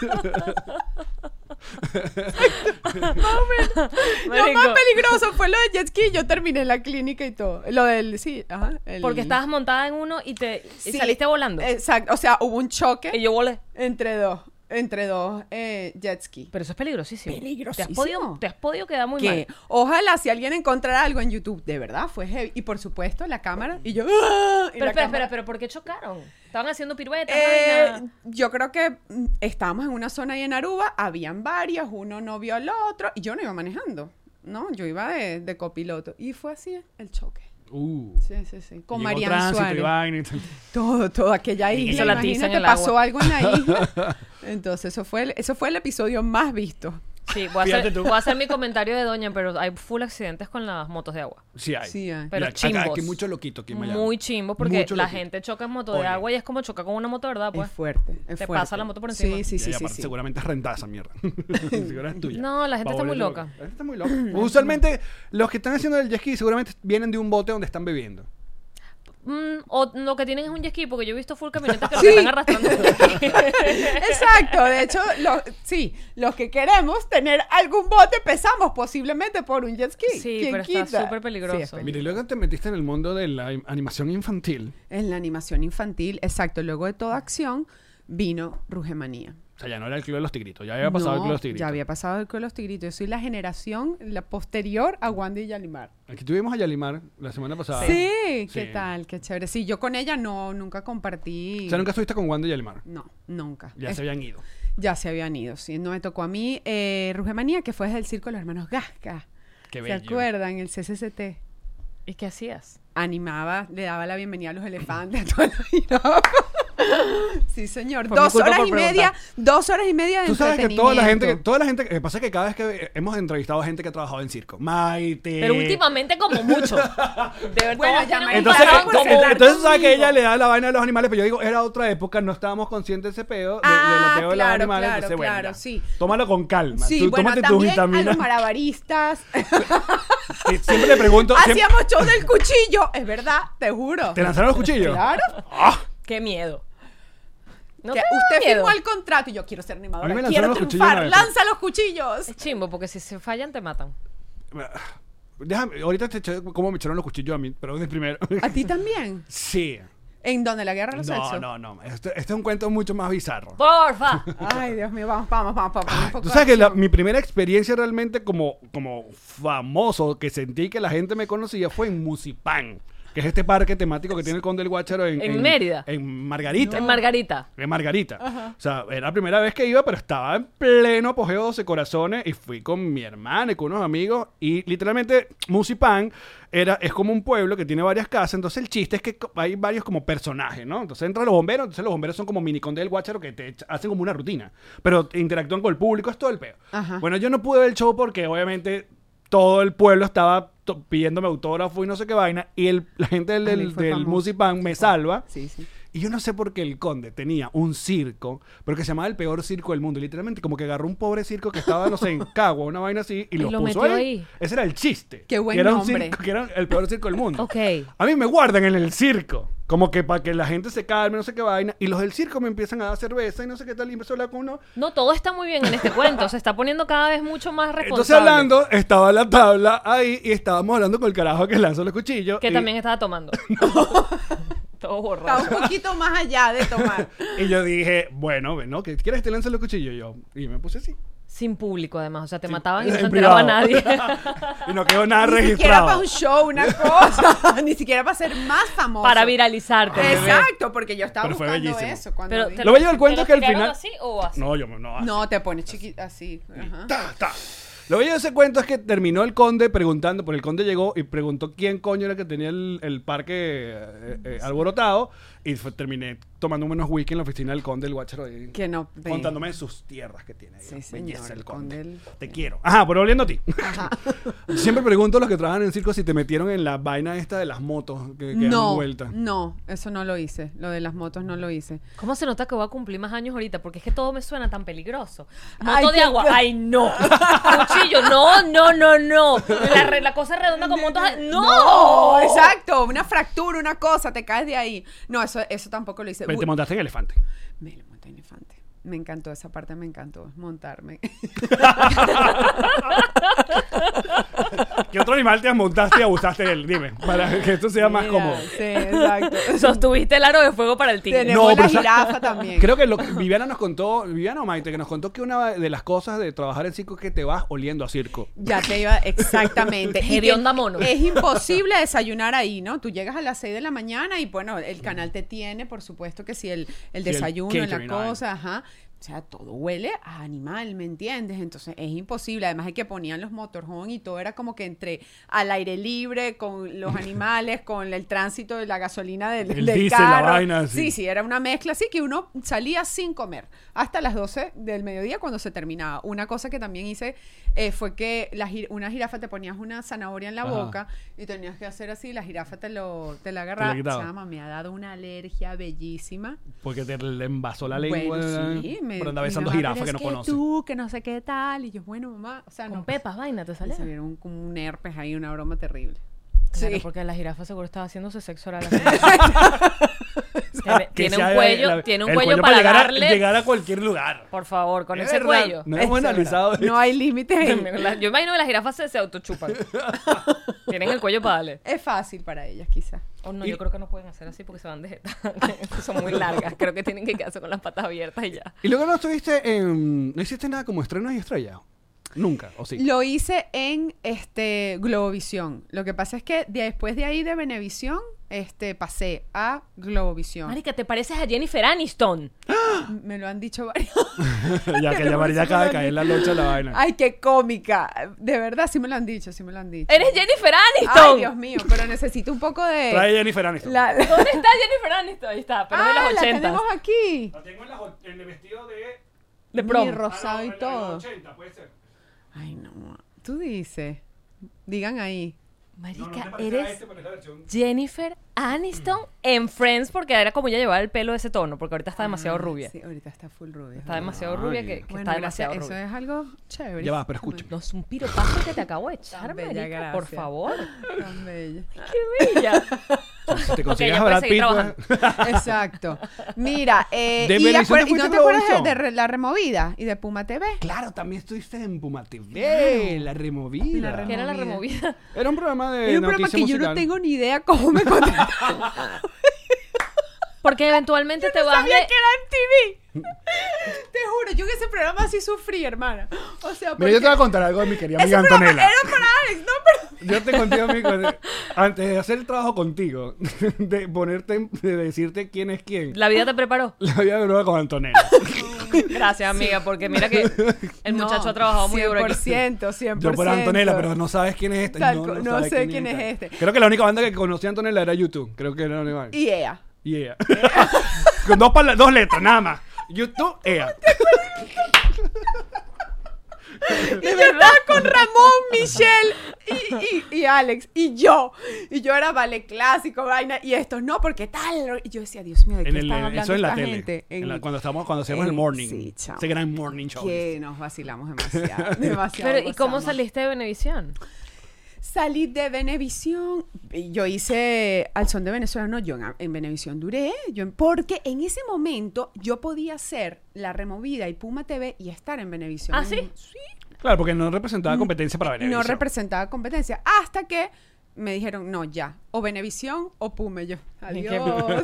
E: Lo más
D: Marico.
E: peligroso fue lo de jet ski. Yo terminé en la clínica y todo. Lo del. Sí, ajá. el-
D: Porque estabas montada en uno y te y
E: Sí,
D: saliste volando.
E: Exacto. O sea, hubo un
D: y
E: choque
D: yo volé.
E: entre dos. Entre dos eh, jet ski.
D: Pero eso es peligrosísimo.
E: Peligrosísimo.
D: Te has podido, te has podido quedar muy
E: Que
D: mal.
E: ojalá si alguien encontrara algo en YouTube. De verdad, fue heavy. Y por supuesto, la cámara. Y yo. ¡ah! Y
D: Pero
E: la
D: espera,
E: cámara-
D: espera, pero ¿por qué chocaron? Estaban haciendo piruetas.
E: Eh,
D: vaina.
E: yo creo que mm, estábamos en una zona ahí en Aruba, habían varios, uno no vio al otro, y yo no iba manejando, ¿no? Yo iba de, de copiloto. Y fue así el choque.
C: Uh.
E: Sí, sí, sí.
C: Llegó
E: Con Mariana
C: tránsito y
E: Suárez.
C: vaina y tal.
E: Todo, todo aquella isla.
D: eso la
E: imagínate,
D: tiza en el
E: pasó
D: agua.
E: algo en la isla. Entonces, eso fue, el, eso fue el episodio más visto.
D: Sí, voy a,
C: Fíjate
D: hacer,
C: tú.
D: voy a hacer mi comentario de doña, pero hay full accidentes con las motos de agua.
C: Sí hay.
E: Sí hay.
D: Pero
C: Mira,
D: chimbos.
C: Acá, aquí mucho loquito aquí en Miami.
D: Muy chimbo porque
C: Mucho
D: la
C: loquito.
D: gente choca en moto de
C: Oye.
D: agua y es como chocar con una moto, ¿verdad? Pues.
E: es fuerte, es
D: te
E: fuerte.
D: pasa la moto por encima.
E: Sí, sí,
C: Y
E: sí, sí.
C: aparte
E: sí.
C: seguramente es rentada esa mierda. Seguramente es tuya.
D: No, la gente
C: Pa'
D: está muy
C: volverte
D: loca.
C: La gente está muy loca. Usualmente los que están haciendo el jet ski seguramente vienen de un bote donde están bebiendo.
D: Mm, o lo que tienen es un jet ski, porque yo he visto full camionetas que lo
E: Sí.
D: que están arrastrando.
E: Exacto, de hecho, lo- sí, los que queremos tener algún bote empezamos posiblemente por un jet ski.
D: Sí,
E: ¿Quién
D: pero está
E: quita?
D: súper peligroso.
E: Sí, es peligroso.
C: Mira, y luego te metiste en el mundo de la im- animación infantil.
E: En la animación infantil, exacto, luego de toda acción vino Rugemanía.
C: O sea, ya no era el Club de los Tigritos, ya había pasado el
E: No,
C: Club de los Tigritos.
E: Ya había pasado el Club de los Tigritos. Yo soy la generación, la posterior a Wanda y Yalimar.
C: Aquí tuvimos a Yalimar la semana pasada.
E: Sí, qué
C: Ah. Sí.
E: tal, qué chévere. Sí, yo con ella no, nunca compartí.
C: O sea, nunca estuviste con Wanda y Yalimar.
E: No, nunca.
C: Ya
E: Es-
C: se habían ido.
E: ya se habían ido. Sí, no me tocó a mí. Eh, Rugemanía, que fue desde el Circo de los Hermanos Gasca.
C: Qué
E: ¿Se
C: bello.
E: acuerdan? El CCCT.
D: ¿Y qué hacías?
E: animaba, le daba la bienvenida a los elefantes, a todas las jirafas. Sí, señor.
D: Fue mi
E: dos
D: culpa
E: horas
D: por
E: y media,
D: preguntar.
E: dos horas y media de
C: Tú sabes que toda la gente, que-
E: entretenimiento.
C: toda la gente, que pasa que cada vez que hemos entrevistado a gente que ha trabajado en circo, Maite.
D: Pero últimamente como mucho. De verdad.
E: Bueno,
D: todos
E: ya
D: tienen
E: me
D: un
C: Entonces,
D: parón
E: Paraban
C: entonces,
D: como-
E: hablar
C: entonces tú sabes que
E: conmigo.
C: ella le da la vaina de los animales, pero yo digo, era otra época, no estábamos conscientes de ese peo de, del
E: Ah,
C: ateo de los
E: claro,
C: animales.
E: claro,
C: entonces, bueno,
E: claro,
C: ya.
E: sí.
C: Tómalo con calma.
E: Sí,
C: Tú,
E: bueno,
C: tómate tus
E: también a
C: vitaminas.
E: los marabaristas.
C: Sí, Siempre le pregunto, siempre-
E: Hacíamos show del cuchillo. Es verdad, te juro.
C: ¿te lanzaron los cuchillos?
E: Claro.
D: Qué miedo. No
E: que
D: te da
E: usted
D: miedo.
E: firmó el contrato y yo quiero ser
C: A mí me
E: animadora.
C: lanzaron
E: Quiero
C: los cuchillos una
E: triunfar.
C: vez. pues.
E: Lanza los cuchillos.
D: Es chimbo, porque si se fallan te matan.
C: Déjame, ahorita te eché cómo me echaron los cuchillos a mí, pero es el primero.
E: ¿A ti también?
C: sí.
E: ¿En donde la guerra de los
C: No,
E: sexos?
C: no, no. Este, este es un cuento mucho más bizarro.
D: Porfa.
E: Ay, Dios mío, vamos, vamos, vamos. vamos un poco
C: Tú sabes
E: de
C: que la-
E: acción.
C: mi primera experiencia realmente como, como famoso que sentí que la gente me conocía fue en Musipán, que es este parque temático que tiene el Conde del Guácharo en,
D: En Mérida.
C: En Margarita.
D: En Margarita.
C: En Margarita. O sea, era la primera vez que iba, pero estaba en pleno apogeo 12 corazones y fui con mi hermana y con unos amigos y literalmente Musipán era, es como un pueblo que tiene varias casas, entonces el chiste es que co- hay varios como personajes, ¿no? Entonces entran los bomberos, entonces los bomberos son como mini conde del guacharo que te echa- hacen como una rutina, pero interactúan con el público, es todo el peo.
E: Ajá.
C: Bueno, yo no pude ver el show porque obviamente todo el pueblo estaba to- pidiéndome autógrafo y no sé qué vaina y el, la gente del,
E: Ale,
C: del,
E: fue
C: del
E: famoso.
C: Musipán me salva.
E: Sí, sí.
C: Y yo no sé por qué el conde tenía un circo, pero que se llamaba el peor circo del mundo. Literalmente, como que agarró un pobre circo que estaba, no sé, en Cagua, una vaina así, y, lo
D: lo
C: puso
D: metió
C: ahí.
D: ahí.
C: Ese era el chiste.
E: Qué buen
C: que era un
E: nombre.
C: circo- que era el peor circo del mundo.
D: Ok.
C: A mí me guardan en el circo. Como que para que la gente se calme, no sé qué vaina. Y los del circo me empiezan a dar cerveza y no sé qué tal. Y empezó a hablar con uno.
D: No, todo está muy bien en este cuento. Se está poniendo cada vez mucho más responsable.
C: Entonces hablando, estaba la tabla ahí y estábamos hablando con el carajo que lanzó los cuchillos.
D: Que
C: y-
D: también estaba tomando. todo
E: Está
D: borrado.
E: un poquito más allá de tomar.
C: Y yo dije, bueno, bueno, ¿qué ¿quieres que te lance los cuchillos? Y yo, y me puse así.
D: Sin público, además. O sea, te
C: Sí,
D: mataban y
C: en
D: no se enteraba nadie.
C: privado. Eh, y no quedó nada
E: Ni siquiera para
C: registrado.
E: un show, una cosa. Ni siquiera para ser más famoso.
D: para viralizarte.
E: Exacto, porque yo estaba
C: Pero fue
E: buscando
C: bellísimo.
E: eso. Cuando
D: Pero
E: vi.
D: te
C: Lo bello del cuento
D: te
C: es que al
D: tiraron
C: final-
D: así o así?
C: No, yo me- no. así.
E: No, te pones chiquita así. Ajá.
C: Ta, ta. Lo bello de ese cuento es que terminó el conde preguntando, porque el conde llegó y preguntó quién coño era que tenía el, el parque eh, eh, alborotado y fue- terminé tomando unos whisky en la oficina del conde, el guacharo. ahí,
E: Que no. ven.
C: Contándome de sus tierras que tiene. ahí,
E: Sí,
C: la
E: señor,
C: belleza del
E: el
C: conde.
E: conde, el-
C: Te quiero. Ajá, pero volviendo a ti.
E: Ajá.
C: Siempre pregunto a los que trabajan en circo si te metieron en la vaina esta de las motos que, que dan
E: No,
C: vuelta.
E: no, eso no lo hice. Lo de las motos no lo hice.
D: ¿Cómo se nota que voy a cumplir más años ahorita? Porque es que todo me suena tan peligroso. Moto
E: Ay,
D: de
E: qué
D: agua.
E: ca-
D: Ay, no. Cuchillo. No, no, no, no. La, re- la cosa redonda con motos. ¡No!
E: No, exacto, una fractura, una cosa, te caes de ahí. No, eso, eso tampoco lo hice.
C: Pero te
E: Uy,
C: montaste en elefante.
E: me lo monté en elefante. Me encantó esa parte, me encantó montarme.
C: ¿Qué otro animal te montaste y abusaste de él? Dime, para que esto sea más
E: Mira,
C: cómodo.
E: Sí, exacto.
D: Sostuviste el aro de fuego para el tigre.
C: No,
E: Tenemos
C: pero
E: la
C: sa-
E: jirafa también.
C: Creo que lo que Viviana nos contó, Viviana o Maite, que nos contó que una de las cosas de trabajar en circo es que te vas oliendo a circo.
E: Ya te iba, exactamente. Y que
D: Hedionda mono.
E: Es imposible desayunar ahí, ¿no? Tú llegas a las 6 de la mañana y, bueno, el canal te tiene, por supuesto, que si el, el
C: Sí, el
E: desayuno,
C: catering,
E: la
C: ¿no?
E: cosa, ajá. O sea, todo huele a animal, ¿me entiendes? Entonces es imposible. Además es que ponían los motorhome y todo era como que entre al aire libre, con los animales, con el tránsito de la gasolina del,
C: El
E: del
C: diésel, la
E: carro.
C: vaina, sí.
E: sí, sí, era una mezcla así que uno salía sin comer hasta las 12 del mediodía cuando se terminaba. Una cosa que también hice eh, fue que la ji- una jirafa te ponías una zanahoria en la
C: Ajá.
E: boca y tenías que hacer así, la jirafa te, lo, te la agarraba.
C: quitaba.
E: Chama, me ha dado una alergia bellísima.
C: Porque te le envasó la lengua. eh,
E: bueno, sí, me,
C: por andar
E: mi
C: besando
E: mamá,
C: jirafa
E: "Pero
C: que
E: es
C: no conoce.
E: tú, que no sé qué tal. Y yo, bueno, mamá, o sea,
D: Ah, Con
E: no.
D: pepas, vaina, te
E: Me
D: salió.
E: salieron un- como un herpes ahí, una broma terrible.
D: Claro,
E: Sí.
D: porque la jirafa seguro estaba haciéndose sexo oral.
C: Ah,
D: tiene,
C: que
D: tiene
C: sea
D: un
C: la-
D: cuello,
C: la-
D: tiene un
C: el
D: cuello, para,
C: llegar a,
D: darle.
C: llegar a cualquier lugar.
D: Por favor, con
C: Es
D: ese
C: verdad,
D: cuello.
C: No hemos
E: Eso,
C: analizado
E: No hay límites. ahí.
D: Yo imagino que las jirafas se, se autochupan. Tienen el cuello para darle.
E: Es fácil para ellas, quizás.
D: Oh, no, yo creo que no pueden hacer así porque se van de jeta. Son muy largas. Creo que tienen que quedarse con las patas abiertas y ya.
C: Y luego no estuviste en. No hiciste nada como estrenos y estrellas. Nunca, o sí.
E: Lo hice en este Globovisión. Lo que pasa es que de- después de ahí de Venevisión, este pasé a Globovisión. Ah,
D: Marica, te pareces a Jennifer Aniston.
E: Me lo han dicho varios.
C: ya que
E: Pero
C: ya
E: por
C: María
E: eso
C: acaba de
E: me lo han
C: caer en la
E: dicho.
C: locha la vaina.
E: Ay, qué cómica. De verdad, sí me lo han dicho, sí me lo han dicho.
D: ¡Eres Jennifer Aniston!
E: Ay, Dios mío, pero necesito un poco de.
C: Trae a Jennifer Aniston.
E: La, la-
D: ¿Dónde está Jennifer Aniston? Ahí está, pero
E: ah,
D: de los
E: la
D: 80.
E: tenemos aquí.
C: tengo en el vestido de...
D: De
E: Mi
D: prom.
E: rosado y todo.
C: 80, puede ser.
E: Ay, no. Tú dices. Digan ahí.
D: Marica,
C: este
D: eres Jennifer Aniston en Friends porque era como ella llevaba el pelo de ese tono, porque ahorita está demasiado rubia.
E: Ah, Sí, ahorita está full rubia.
D: Está demasiado rubia que, que
E: Bueno,
D: está demasiado
E: gracias, Eso
D: rubia.
E: es algo chévere.
C: Ya va, pero escúchame.
D: No es un piropazo que te acabo de echar,
E: Tan bella,
D: marica, por
E: gracias.
D: favor.
E: Tan bella.
D: ¡Qué bella!
C: Si te
D: ya
C: consigues a
D: puedes
C: Brad
D: seguir
C: Pitt,
D: trabajando.
C: pues,
E: Exacto. Mira, eh,
C: ¿De
E: y,
C: Venevisión
E: acuer-
C: te
E: y
C: fuiste
E: no
C: a
E: te acuerdas de,
C: Globovisión?
E: Re- La Removida y de Puma TV.
C: Claro, también estuviste en Puma TV, la removida.
E: La
D: Que era la
E: Movida.
D: removida.
C: Era un programa de
E: Es un programa
C: noticia
E: que yo no
C: musical.
E: tengo ni idea cómo me contrataron.
D: Porque eventualmente te vas de...
E: sabía que era MTV. Te juro, yo en ese programa sí sufrí, hermana. O sea,
C: Mira, yo te voy a
E: porque-
C: contar algo de mi querida
E: ese
C: amiga
E: programa
C: Antonella.
E: era para Alex, no, pero...
C: Yo te conté, amigo, antes de hacer el trabajo contigo, de ponerte, en- de decirte quién es quién,
D: La vida te preparó.
C: la vida de broma con Antonella.
D: Gracias, amiga, porque mira que el muchacho ha trabajado muy duro aquí.
E: 100%, 100%.
C: Yo por Antonella, pero no sabes quién es esta.
E: Tal
C: No,
E: cu-
C: no
E: no
C: sabes
E: sé quién es
C: esta.
E: este.
C: Creo que la única banda que conocía a Antonella era YouTube. Creo que era la única banda.
E: Y ella.
C: Y ella. Con dos, pala- dos letras, nada más. YouTube, EA.
E: Y yo estaba con Ramón, Michelle y, y- y Alex. Y yo. Y yo era ballet clásico, vaina. Y estos no, porque tal. Y yo decía, Dios mío, ¿de qué
C: En el, eh,
E: están hablando
C: eso en la
E: esta
C: tele.
E: gente?
C: En
E: En
C: la- cuando, estamos, cuando hacemos el
E: en-
C: morning.
E: sí, chamo.
C: ese gran morning show.
E: Que nos vacilamos demasiado. demasiado
D: Pero, ¿y cómo
E: gozamos.
D: saliste de Benevisión?
E: Salí de Venevisión. y Yo hice al son de Venezuela. No, yo en, en Venevisión duré. Yo, en- porque en ese momento yo podía hacer La Removida y Puma TV y estar en Venevisión.
D: ¿Ah, sí?
C: Claro, porque no representaba competencia para venir.
E: Mm, No representaba competencia. Hasta que me dijeron, no, ya. O Venevisión o Puma. Y Yo,
D: Y que-
E: adiós.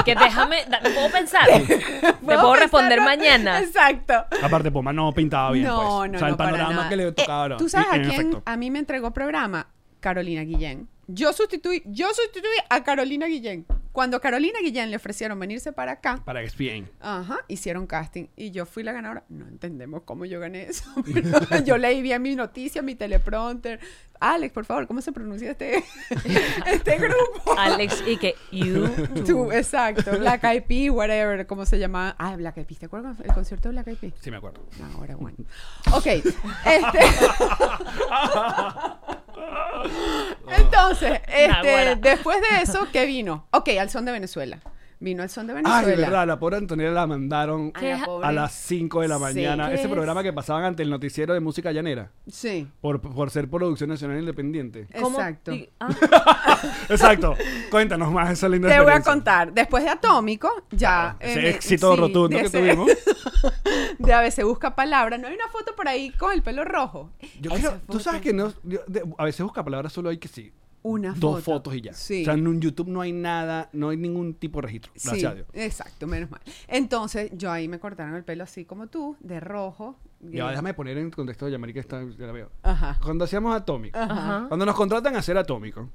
D: Y que déjame, da- puedo pensar. Te
E: ¿Puedo
D: puedo responder
E: pensarlo?
D: mañana.
E: Exacto.
C: Aparte, Poma no pintaba bien.
E: no,
C: pues.
E: no,
C: O sea, el
E: no, para
C: panorama
E: nada.
C: que le
E: Eh,
C: tocaba. no.
E: ¿Tú sabes
C: Y- en
E: a quién
C: efecto.
E: a mí me entregó programa? Carolina Guillén. Yo sustituí, yo sustituí a Carolina Guillén. Cuando a Carolina Guillén le ofrecieron venirse para acá,
C: Para ESPN.
E: ajá, hicieron casting y yo fui la ganadora. No entendemos cómo yo gané eso, pero yo leí bien mi noticia, mi teleprompter. Alex, por favor, ¿cómo se pronuncia este, este grupo?
D: Alex, y que
E: Tú,
D: YouTube.
E: exacto, Black Eyed Peas, whatever, ¿cómo se llamaba? Ah, Black Eyed Peas, ¿te acuerdas el concierto de Black Eyed Peas?
C: Sí, me acuerdo.
E: Ahora bueno. Ok, este. Entonces,
D: Naguará.
E: este, después de eso, ¿qué vino? Ok, al son de Venezuela. Vino al son de
C: Ay, de
E: Venezuela.
C: Ah, verdad, la pobre Antonella la mandaron
D: ¿Qué?
C: a las 5 de la
E: Ah, Sí.
C: mañana.
D: ¿Qué
C: Ese
D: es?
C: programa que pasaban ante el noticiero de música llanera.
E: Sí,
C: Por, por ser producción nacional independiente.
D: ¿Cómo?
E: exacto.
D: Y-
E: Te
D: ah,
C: Exacto. Cuéntanos más esa linda
E: voy a
C: experiencia. Ah,
E: contar. Después de Atómico, ya.
C: Ese
E: eh, me-
C: éxito
E: sí,
C: rotundo
E: de
C: que
E: ese-
C: tuvimos.
E: De ABC Busca Palabra. No hay una foto por ahí con el pelo rojo.
C: Yo
E: Esa
C: creo, tú
E: foto.
C: sabes que no, yo- de- a veces busca palabras solo hay que sí.
E: Una foto.
C: Dos fotos y ya.
E: Sí.
C: O sea, en un YouTube no hay nada, no hay ningún tipo de registro. Gracias
E: Sí,
C: a Dios.
E: exacto, menos mal. Entonces, yo ahí me cortaron el pelo así como tú, de rojo.
C: Ya, déjame poner en contexto de Yamari que está, ya la veo.
E: Ajá.
C: Cuando hacíamos Atómico,
D: Ajá.
C: cuando nos contratan a hacer Atómico,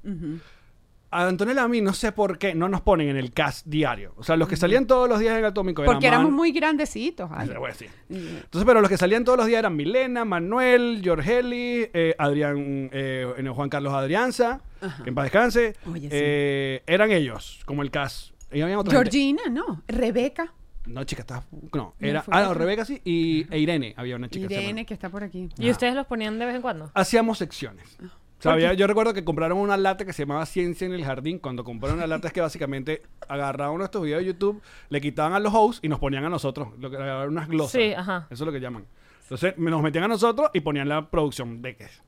C: a Antonella a mí no sé por qué no nos ponen en el cast diario. O sea, los que salían todos los días en Atómico eran
E: Porque éramos
C: Man-
E: muy grandecitos. Ale.
C: Se lo voy a decir. Entonces, pero los que salían todos los días eran Milena, Manuel, Giorgeli, eh, Adrián, eh, en el Juan Carlos Adrianza, que en paz descanse.
E: Oye, sí.
C: Eh, eran ellos, como el cast. Y había otra gente.
E: Georgina, no. Rebeca.
C: No, chica, estás. No, era.
E: fue
C: Ah, no,
E: otra.
C: Rebeca sí. Y e Irene, había una chica. que se
E: Irene,
C: llama.
E: que está por aquí.
D: ¿Y ustedes los ponían de vez en cuando?
C: Hacíamos secciones.
D: Ah.
C: O sea, había- yo recuerdo que compraron una lata que se llamaba Ciencia en el Jardín. Cuando compraron una lata es que básicamente agarraban uno de estos videos de YouTube, le quitaban a los hosts y nos ponían a nosotros. Lo que eran unas glosas.
D: Sí, ajá.
C: Eso es lo que llaman. Entonces me- nos metían a nosotros y ponían la producción de qué es.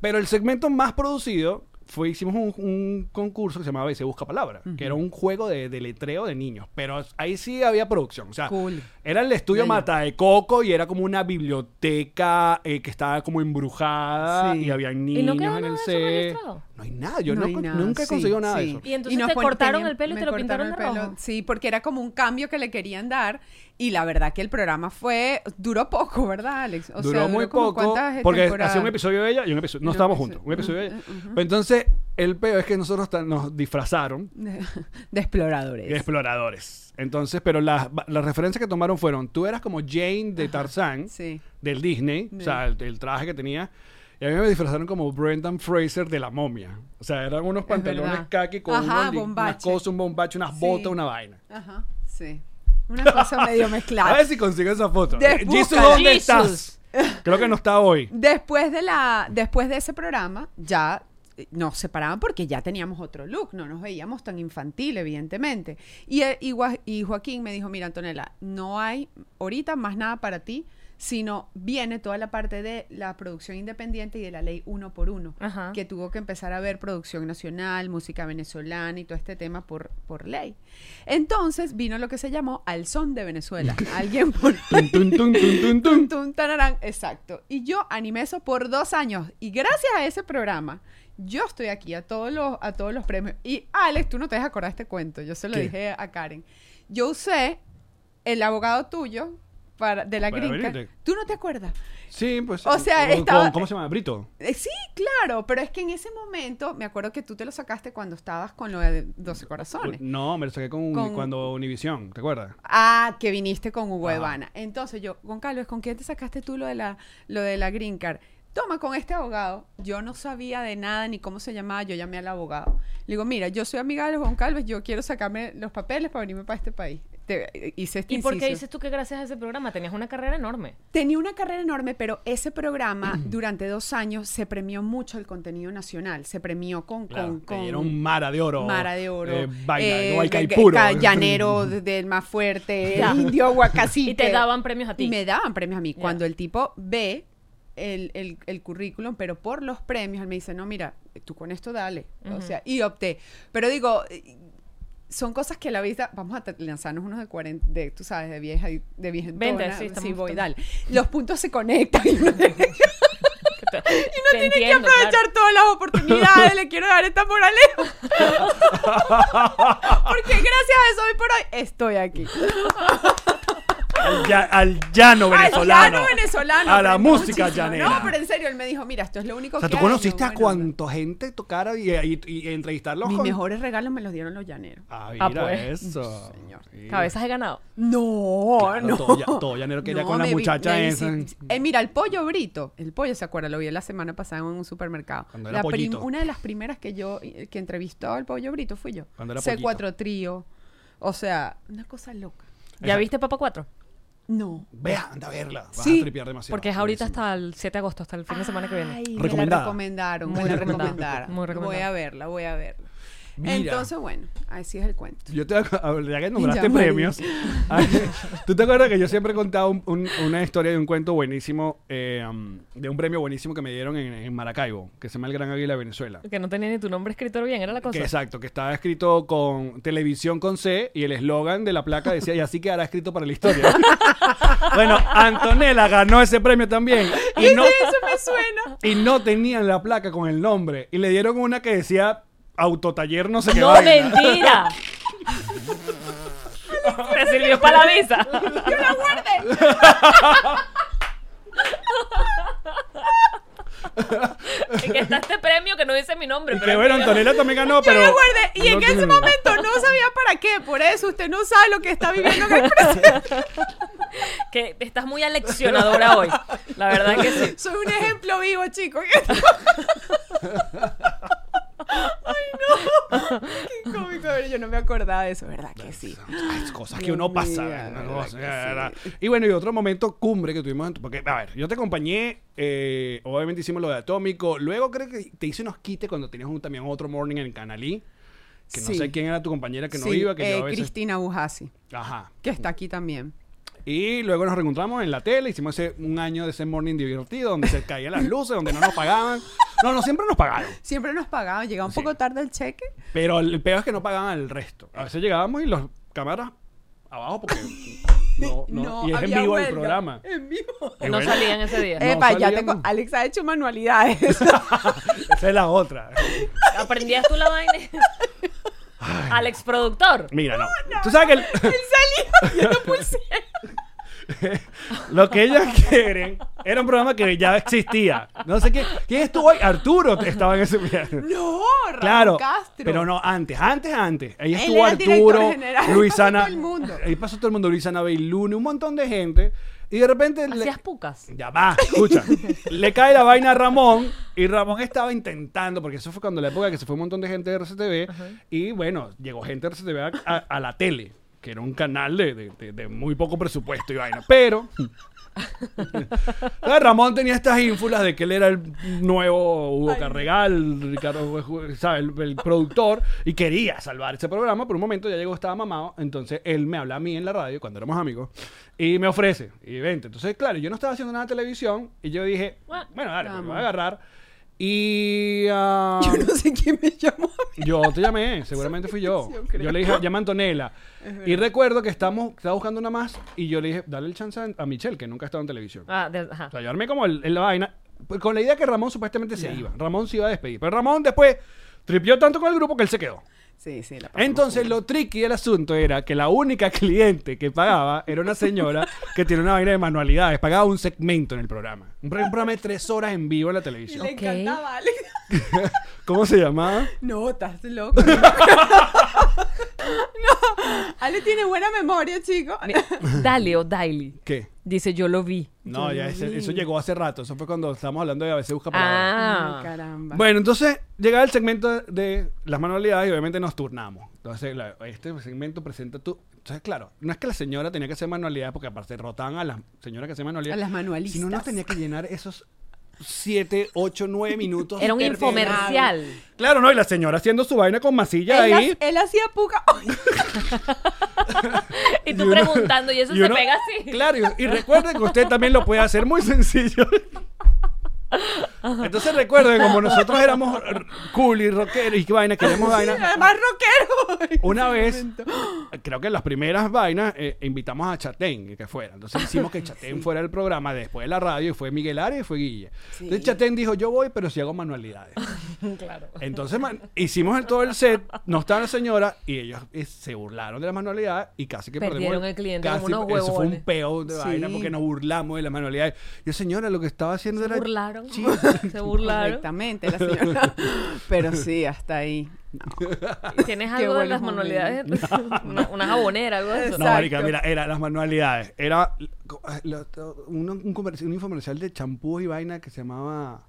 C: Pero el segmento más producido fue, hicimos un, un concurso que se llamaba Se Busca Palabra, que era un juego de, de letreo de niños. Pero ahí sí había producción. O sea,
E: Cool.
C: era el estudio
E: Bello.
C: Mata de Coco y era como una biblioteca eh, que estaba como embrujada
E: Sí.
C: y había
D: ¿Y no
C: niños
D: quedó
C: en
D: nada de
C: el
D: eso
C: set.
D: registrado?
C: No hay nada. Yo
E: No
C: no
E: hay
C: con-
E: nada,
C: nunca he
E: sí,
C: conseguido nada
E: sí.
C: de eso.
D: Y entonces
E: nos
D: te
E: pon-
D: cortaron
E: tenían-
D: el pelo y
E: me
D: te lo pintaron
E: cortaron
D: de
E: el
D: rojo.
E: Sí, porque era como un cambio que le querían dar. Y la verdad que el programa fue. Duró poco, ¿verdad, Alex? O
C: duró muy
E: como
C: poco
E: cuántas
C: porque
E: temporadas.
C: hacía un episodio de ella y un episodio no
E: un
C: estábamos
E: episodio.
C: juntos un episodio de ella
E: Ujú,
C: Pero entonces el peor es que nosotros ta- nos disfrazaron
E: De, de exploradores.
C: de exploradores entonces pero las las referencias que tomaron fueron tú eras como Jane de Tarzán
E: Sí.
C: del Disney o sea el, el traje que tenía y a mí me disfrazaron como Brendan Fraser de la momia o sea eran unos pantalones
E: verdad.
C: kaki con
E: Ajá,
C: unos li- unas
E: bombache.
C: cosas un bombacho unas
E: Sí.
C: botas una vaina
E: Ajá, sí. Una cosa medio
C: a ver
E: mezclada.
C: si consigo esa foto
E: Des-
C: Eh, Jesus
E: búscala.
C: ¿dónde
D: Jesus.
C: estás? creo que no está hoy
E: Después de, la, después de ese programa, ya eh, nos separaban porque ya teníamos otro look, no nos veíamos tan infantil, evidentemente. Y, eh, y, Gua- y Joaquín me dijo, mira, Antonella, no hay ahorita más nada para ti, sino viene toda la parte de la producción independiente y de la ley uno por uno,
D: Ajá.
E: que tuvo que empezar a ver producción nacional, música venezolana y todo este tema por, por ley. Entonces vino lo que se llamó Al Son de Venezuela. Alguien por
C: Tun, tun, tun, tun, tun, tun.
E: Tum, tum, tararán. Exacto. Y yo animé eso por dos años. Y gracias a ese programa, yo estoy aquí a todos los, a todos los premios. Y Alex, tú no te dejas acordar este cuento. Yo se lo
C: ¿Qué?
E: dije a Karen. Yo usé el abogado tuyo para, de la
C: Para
E: gringa.
C: venirte.
E: ¿Tú no te acuerdas?
C: Sí, pues.
E: O sea,
C: con-
E: estaba-
C: con- ¿Cómo se llama? Brito.
E: Eh, sí, claro, pero es que en ese momento, me acuerdo que tú te lo sacaste cuando estabas con lo de 12 corazones.
C: No, me lo saqué con, Uni-
E: Con-
C: cuando Univisión, ¿te acuerdas?
E: Ah, que viniste con Hugo
C: Ajá.
E: Evana. Entonces yo, Goncalo, ¿con quién te sacaste tú lo de la, lo de la green card? Toma con este abogado. Yo no sabía de nada ni cómo se llamaba. Yo llamé al abogado. Le digo, mira, yo soy amiga de los Goncalves. Yo quiero sacarme los papeles para venirme para este país. Te- hice este
D: ¿Y por qué
E: inciso.
D: dices tú que gracias a ese programa tenías una carrera enorme?
E: Tenía una carrera enorme, pero ese programa durante dos años se premió mucho el contenido nacional. Se premió con.
C: Claro,
E: con,
C: te
E: con-
C: dieron Mara de Oro.
E: Mara de Oro.
C: Eh, vaina,
E: eh,
C: no hay
E: ga- ga-
C: caipuro.
E: ca- Llanero de- del más fuerte, el indio aguacacite.
D: Y te daban premios a ti.
E: Y me daban premios a mí. Cuando el tipo ve el, el- el currículum, pero por los premios, él me dice, no, mira, tú con esto dale. O sea, y opté. Pero digo, eh, son cosas que la vida, vamos a te- lanzarnos unos de 40, de, tú sabes, de vieja, y-
D: Vente,
E: de viejentona,
D: sí,
E: sí,
D: estamos-
E: voy,
D: estamos-
E: dale. Los puntos se conectan y uno tiene que
D: y no tienes
E: aprovechar todas las oportunidades, le quiero dar esta moraleja. Porque gracias a eso hoy por hoy estoy aquí.
C: Al, ya- al llano
E: Al
C: venezolano.
E: llano venezolano.
C: A la
E: aprendí
C: música
E: muchísimo.
C: llanera.
E: No, pero en serio, él me dijo, mira, esto es lo único
C: o sea,
E: que
C: tú
E: hay,
C: conociste
E: yo,
C: a
E: bueno,
C: cuánta gente tocara y, y- y entrevistarlos
E: Mis
C: con-
E: mejores regalos me los dieron los llaneros.
C: Ah, mira
D: Ah, pues.
C: eso.
E: Señor.
C: Mira.
D: Cabezas de ganado.
E: No,
C: Claro,
E: no.
C: todo ya- todo llanero quería con la
E: me vi-
C: muchacha
E: me
C: esa.
E: visi- Eh, mira, el pollo brito. El pollo, ¿se acuerda? Lo vi la semana pasada en un supermercado.
C: Cuando era
E: La prim-
C: pollito.
E: Una de las primeras que yo, eh, que entrevistó al pollo brito fui yo.
C: Cuando era
E: C4 trío. O sea, una cosa loca.
D: ¿Ya viste Papa 4?
E: No.
C: Vea, anda a verla. Vas
E: Sí,
C: a tripear demasiado.
D: Porque es ahorita
C: Buenísimo.
D: hasta el 7 de agosto, hasta el fin de semana que viene.
E: Ay, me
C: Recomendada.
E: la recomendaron.
D: Muy
E: me la
D: recomendada,
E: recomendaron.
D: muy recomendada.
E: Voy a verla, voy a verla.
C: Mira.
E: Entonces, bueno, así es el cuento.
C: Yo te acu- ya que nombraste
E: Ya, María.
C: premios. ay, ¿Tú te acuerdas que yo siempre he contado un- un- una historia de un cuento buenísimo, eh, um, de un premio buenísimo que me dieron en, en Maracaibo, que se llama El Gran Águila de Venezuela?
D: Que no tenía ni tu nombre escrito bien, era la cosa.
C: Que exacto, que estaba escrito con televisión con C y el eslogan de la placa decía, y así quedará escrito para la historia. bueno, Antonella ganó ese premio también. Y no,
E: Eso me suena.
C: y no tenían la placa con el nombre. Y le dieron una que decía autotaller no sé qué.
D: ¡No,
C: vaina.
D: mentira! Te sirvió para la visa. Y que está este premio que no dice mi nombre.
C: Y
D: pero
C: que bueno, Antonella también ganó, pero...
E: Yo guardé, y
C: no
E: en ese
C: tiene-
E: momento no sabía para qué, por eso usted no sabe lo que está viviendo en el presente.
D: que estás muy aleccionadora hoy. La verdad que sí.
E: Soy un ejemplo vivo, chicos. Ay, no. Qué cómico. Pero yo no me acordaba de eso, ¿verdad? Que sí.
C: Ay, cosas que uno pasa.
E: mía,
C: ¿no?
E: de verdad
C: O
E: que
C: sea, Y bueno, y otro momento cumbre que tuvimos. en tu- Porque, a ver, yo te acompañé. eh, obviamente hicimos lo de Atómico. Luego creo que te hice unos quites cuando tenías un- también otro morning en Canalí. Que no
E: Sí.
C: sé quién era tu compañera que no
E: Sí,
C: iba, que yo
E: eh,
C: a veces.
E: Cristina Bujasi,
C: Ajá.
E: que está aquí también.
C: Y luego nos reencontramos en la tele. Hicimos ese, un año de ese morning divertido donde se caían las luces, donde no nos pagaban. No, no, siempre nos pagaron.
E: Siempre nos pagaban, llegaba un poco tarde el cheque.
C: Pero el peor es que no pagaban el resto. A veces llegábamos y los cámaras abajo porque No, no. y es en
E: había
C: vivo el
E: huelga.
C: programa.
E: En vivo.
C: Eh,
D: no
C: bueno,
D: salían ese día.
C: Eh,
E: Epa, ya
C: salían-
E: tengo. Alex ha hecho manualidades.
C: Esa es la otra.
D: ¿Aprendías tú la vaina? Alex productor.
C: Mira, no. Tú sabes que el- lo que ellas quieren era un programa que ya existía. No sé quién, quién estuvo ahí. Arturo estaba en ese
E: no, Raúl
C: Claro,
E: Castro.
C: pero no, antes, antes, antes. Ahí
E: Él
C: estuvo
E: era el director
C: Arturo,
E: general,
C: Luisana.
E: pasó todo el mundo.
C: Ahí pasó todo el mundo, Luisana Beilune, un montón de gente. Y de repente. le-
D: Hacías pucas.
C: Ya va, escucha. le cae la vaina a Ramón y Ramón estaba intentando, porque eso fue cuando la época que se fue un montón de gente de RCTV y bueno, llegó gente de RCTV a, a- a la tele, que era un canal de, de- de- de muy poco presupuesto y vaina. Pero entonces, Ah, Ramón tenía estas ínfulas de que él era el nuevo Hugo Carregal, Ricardo, ¿sabes? El, el productor, y quería salvar ese programa. Por un momento ya llegó, estaba mamado. Entonces él me habla a mí en la radio, cuando éramos amigos, y me ofrece. Y vente. Entonces, claro, yo no estaba haciendo nada de televisión, y yo dije, bueno, dale, pues, me voy a agarrar. Y. ah,
E: Yo no sé quién me llamó.
C: yo te llamé, seguramente fui yo.
E: impresión, creo.
C: Yo le dije, llama a Antonella. Y recuerdo que estamos, estaba buscando una más, y yo le dije, dale el chance a, a Michelle, que nunca ha estado en televisión.
D: Ah, de- ajá.
C: O sea, yo armé como el, el- la vaina. pues, Con la idea que Ramón supuestamente se iba. Ramón se iba a despedir. Pero Ramón después tripió tanto con el grupo que él se quedó.
E: Sí, sí, la pasamos
C: Entonces,
E: juntos.
C: lo tricky del asunto era que la única cliente que pagaba era una señora que tiene una vaina de manualidades. Pagaba un segmento en el programa. Un pro- un programa de tres horas en vivo en la
E: Y
C: televisión.
E: le encantaba a Alex.
C: ¿Cómo se llamaba?
E: No, estás loco. no, Ale tiene buena memoria, chico.
D: Dale o Daily.
C: ¿Qué?
D: Dice, yo lo vi.
C: No, ya ese- eso llegó hace rato. Eso fue cuando estábamos hablando de a veces busca palabras.
D: Ah.
E: Ay, caramba.
C: Bueno, entonces llegaba el segmento de las manualidades y obviamente nos turnamos. Entonces, la- este segmento presenta tú. Entonces, claro, no es que la señora tenía que hacer manualidades porque aparte rotaban a las señoras que hacían manualidades.
E: A las manualistas.
C: Sino nos tenía que llenar esos 7, 8, 9 minutos.
D: Era un
C: interminables.
D: infomercial.
C: Claro, no, y la señora haciendo su vaina con masilla
E: él,
C: ahí.
E: ha- él hacía puca.
D: Y
C: Y
D: tú
C: uno-
D: preguntando, y eso
C: y
D: se
C: uno-
D: pega así.
C: Claro, y, y recuerden que usted también lo puede hacer muy sencillo. Entonces recuerden, como nosotros éramos cool y rockeros y qué vaina, queremos vaina.
E: Además, rockero.
C: Una vez, creo que en las primeras vainas, eh, invitamos a Chatén que fuera. Entonces hicimos que Chatén fuera el programa después de la radio y fue Miguel Arias y fue Guille. Entonces Chatén dijo, yo voy, pero si hago manualidades. Entonces man, hicimos el- todo el set, no estaba la señora y ellos eh, se burlaron de las manualidades y casi que perdimos
D: Perdieron el cliente, como unos
C: Eso fue un
D: huevones.
C: peo de vaina porque nos burlamos de las manualidades. Yo, señora, lo que estaba haciendo
D: Se
C: era...
D: burlaron.
C: Sí.
D: Se burlaron.
E: Exactamente, la señora. Pero sí, hasta ahí.
D: ¿Tienes
E: Qué
D: algo de
E: buenos
D: las manualidades? una, una jabonera, algo de eso.
C: No,
E: Exacto.
C: marica, mira, era las manualidades. Era co- lo- to- un, un, comerci- un infomercial de champú y vaina que se llamaba...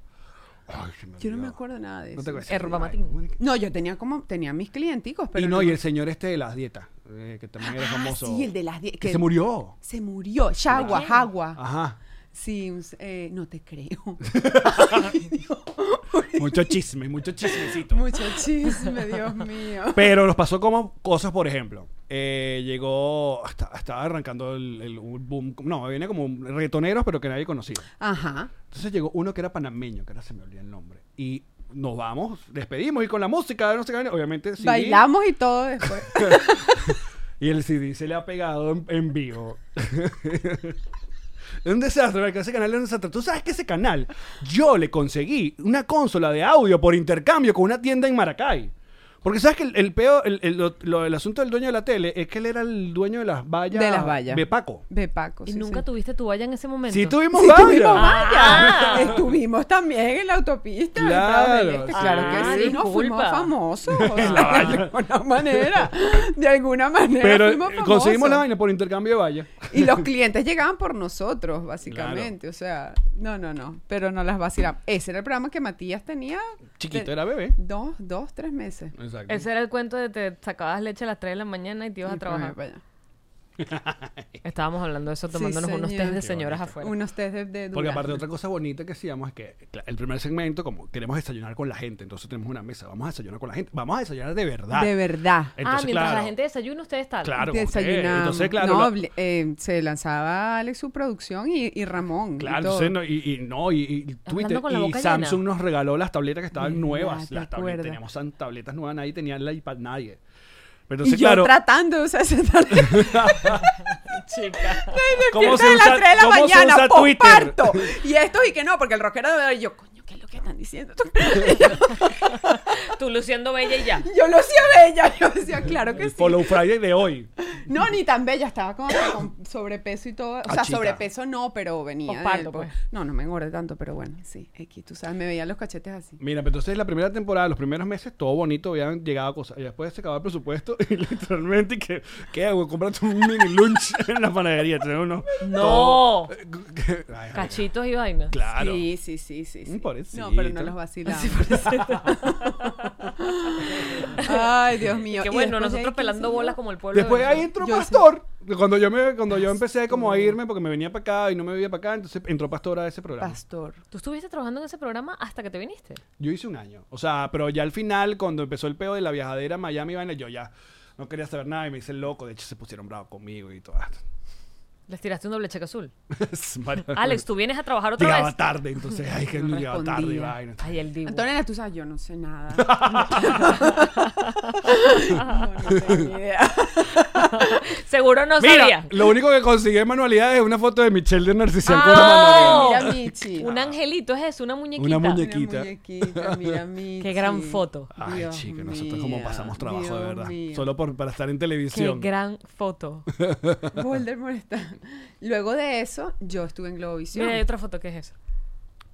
C: Ay, se
E: Yo no me
C: olvidó.
E: acuerdo nada de eso.
C: No te acuerdas.
D: Herbamatín.
E: No, yo tenía como, tenía mis clienticos, pero.
C: y no, y el señor este de las dietas, eh, que también era
E: Ah,
C: famoso.
E: sí, el de las die-
C: Que,
E: que- Ah.
C: se murió.
E: Se murió. Chagua, Jagua.
C: Ajá.
E: Sí, un- eh, no te creo.
C: Mucho chisme, mucho chismecito.
E: Mucho chisme, Dios mío.
C: Pero nos pasó como cosas, por ejemplo. eh, llegó, hasta- estaba arrancando el, el- un boom. No, viene como un- reggaetoneros, pero que nadie conocía.
E: Ajá.
C: Entonces llegó uno que era panameño, que ahora se me olvidó el nombre. Y nos vamos, despedimos y con la música, no sé qué, obviamente. CD,
E: Bailamos y todo después.
C: Y el CD se le ha pegado en, en vivo. Es un desastre, porque ese canal es un desastre. Tú sabes que ese canal, yo le conseguí una consola de audio por intercambio con una tienda en Maracay. Porque sabes que el, el peo, el, el- lo- lo- el asunto del dueño de la tele es que él era el dueño de las vallas.
E: De las vallas.
C: De Paco.
E: De Paco.
D: Y
E: sí,
D: nunca
E: sí.
D: tuviste tu valla en ese momento.
C: Si tuvimos
E: Sí,
C: vallas.
E: tuvimos
D: Ah.
E: vallas. Estuvimos también en la autopista. en Prado del
C: Claro,
E: Este.
C: sí.
E: Claro
D: Ah,
E: que sí. Nos fuimos
D: disculpa.
E: famosos. o sea, de alguna manera. De alguna manera.
C: Pero eh,
E: fuimos famosos.
C: conseguimos la vaina por intercambio de vallas.
E: Y los clientes llegaban por nosotros, básicamente. O sea, no, no, no. Pero no las vacilamos. Ese era el programa que Matías tenía.
C: Chiquito,
E: de-
C: era bebé.
E: Dos, dos, tres meses.
C: Exacto.
D: Ese era el cuento de te sacabas leche a las 3 de la mañana y te ibas a
E: Y pues, para allá,
D: trabajar.
E: para allá.
D: Estábamos hablando de eso,
E: Sí,
D: tomándonos unos
E: señor.
D: test de
E: Qué
D: señoras afuera.
E: Unos test de, de
C: Porque aparte
E: durazno.
C: otra cosa bonita que hacíamos es que cla- el primer segmento, como queremos desayunar con la gente, entonces tenemos una mesa, vamos a desayunar con la gente, vamos a desayunar de verdad.
E: De verdad.
C: Entonces,
D: ah, mientras
C: claro,
D: la gente desayuna, ustedes están.
C: Claro, con ustedes.
E: Desayunamos.
C: Entonces, claro,
E: No,
C: lo-
E: bl- eh, se lanzaba Alex su producción y, y Ramón.
C: claro,
E: y todo.
C: entonces, no, y, y no, y, y Twitter
D: con la
C: y
D: boca
C: Samsung nos regaló las tabletas que estaban
E: Verdad,
C: nuevas,
E: ¿te
C: las tabletas,
E: acuerdas?
C: teníamos san- tabletas nuevas, nadie tenía el iPad nadie. Pero
E: Y
C: entonces,
E: yo
C: claro,
E: tratando de usar esa tablet.
D: Chica.
C: ¿Cómo
E: Despierta a las 3 de la
C: cómo se
E: mañana,
C: usa
E: posparto. Y esto y que no, porque el rockero de hoy, yo, coño, ¿qué es lo que están diciendo?
D: Tú luciendo bella y ya.
E: yo lo hacía bella, yo decía, claro que
C: El
E: sí.
C: Follow Friday de hoy.
E: No, ni tan bella, estaba como que con sobrepeso y todo. O
C: Ah,
E: sea,
C: chica.
E: sobrepeso no, pero venía. del-
D: Posparto, pues.
E: No, no me engordé tanto, pero bueno, sí. X, tú sabes, me veían los cachetes así.
C: Mira, pero entonces la primera temporada, los primeros meses, todo bonito, habían llegado cosas. Y después se acababa el presupuesto y literalmente, ¿qué, qué hago? Comprate un mini lunch en la panadería. Tener uno.
D: No.
C: todo- Ay, ay,
D: Cachitos y vainas.
C: Claro.
E: Sí, sí, sí, sí. sí.
C: Mm, pobrecito.
E: No, pero no los vacilaba. Ay, Dios mío.
D: Que
E: Y
D: bueno,
E: después de ahí,
D: nosotros
E: ¿qué
D: pelando
E: hice yo?
D: bolas como el pueblo. de
C: Después ahí
D: Venezuela.
C: entró
E: Yo sí.
C: Pastor. Cuando yo me, cuando yo empecé como a irme porque me venía para acá y no me veía para acá, entonces entró Pastor a ese programa.
E: Pastor.
D: Tú estuviste trabajando en ese programa hasta que te viniste.
C: Yo hice un año. O sea, pero ya al final, cuando empezó el peo de la viajadera a Miami, vaina, yo ya no quería saber nada y me hice loco. De hecho, se pusieron bravos conmigo y todo.
D: Les tiraste un doble cheque azul.
C: Es mara-
D: Alex, tú vienes a trabajar otra
C: Llegaba
D: vez.
C: tarde, entonces, ay, que
E: No
C: llegaba tarde y
E: respondía.
C: vaina.
D: Ay, el divo.
E: Antonella, tú sabes, yo no sé nada. no, no tengo ni idea.
D: Seguro no
C: Mira,
D: sabía.
C: lo único que conseguí en manualidades es una foto de Michelle de Narcisian con una
D: Ah.
C: manualidad.
E: Mira, Michi.
D: Un angelito es eso, una muñequita.
C: Una
E: Una
C: muñequita.
E: muñequita, mira, Michi.
D: Qué gran foto.
C: Ay,
E: Dios
C: chica, nosotros como
E: mío,
C: pasamos trabajo,
E: Dios
C: de verdad.
E: mío.
C: Solo por, para estar en
D: Qué
C: televisión.
D: gran foto.
E: Voldemort está. Luego de eso, yo estuve en Globovisión.
D: Mira, hay otra foto que es eso.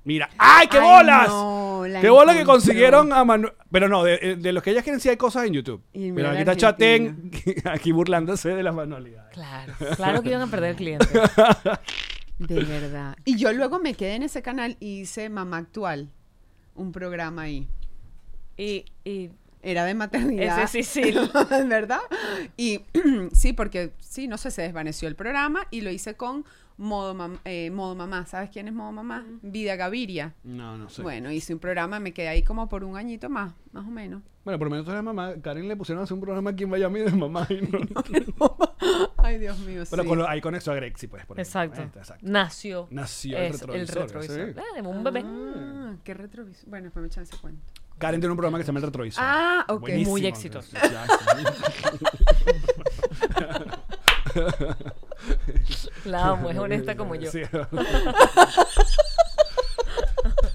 C: Mira, ¡ay, qué
E: Ay,
C: bolas!
E: no, la
C: ¡Qué bola que
E: encontró.
C: consiguieron a Manuel! Pero no, de, eh, de los que ellas quieren sí hay cosas en YouTube.
E: Y mira
C: Pero
E: la
C: aquí está Chatén,
E: Argentina.
C: aquí burlándose de las manualidades.
D: Claro, claro que iban a perder clientes.
E: De verdad. Y yo luego me quedé en ese canal y hice Mamá Actual, un programa ahí.
D: Y, y
E: Era de maternidad.
D: Ese sí, sí.
E: ¿Verdad? Y sí, porque sí, no sé, se desvaneció el programa y lo hice con Modo, Mam- eh, Modo Mamá. ¿Sabes quién es Modo Mamá? Vida Gaviria.
C: No, no sé. Bueno.
E: Bueno, hice un programa, me quedé ahí como por un añito más, más o menos.
C: por lo menos tú eres mamá. Karen le pusieron a hacer un programa aquí en Miami de mamá. Y no-
E: Ay, Dios mío.
C: Pero
E: sí.
C: con lo- ahí conectó a Grexy, pues. Por ejemplo.
D: exacto.
C: Ahí está, exacto.
D: Nació.
C: Nació el
D: Es-
C: retrovisor, sí.
D: Eh, un bebé.
E: Ah, qué retrovisor. Bueno, después me echan ese cuento.
C: Karen tiene un programa que se llama El Retrovisor.
E: Ah, ok.
C: Buenísimo.
D: Muy exitoso. La amo, es honesta como yo.
C: Sí.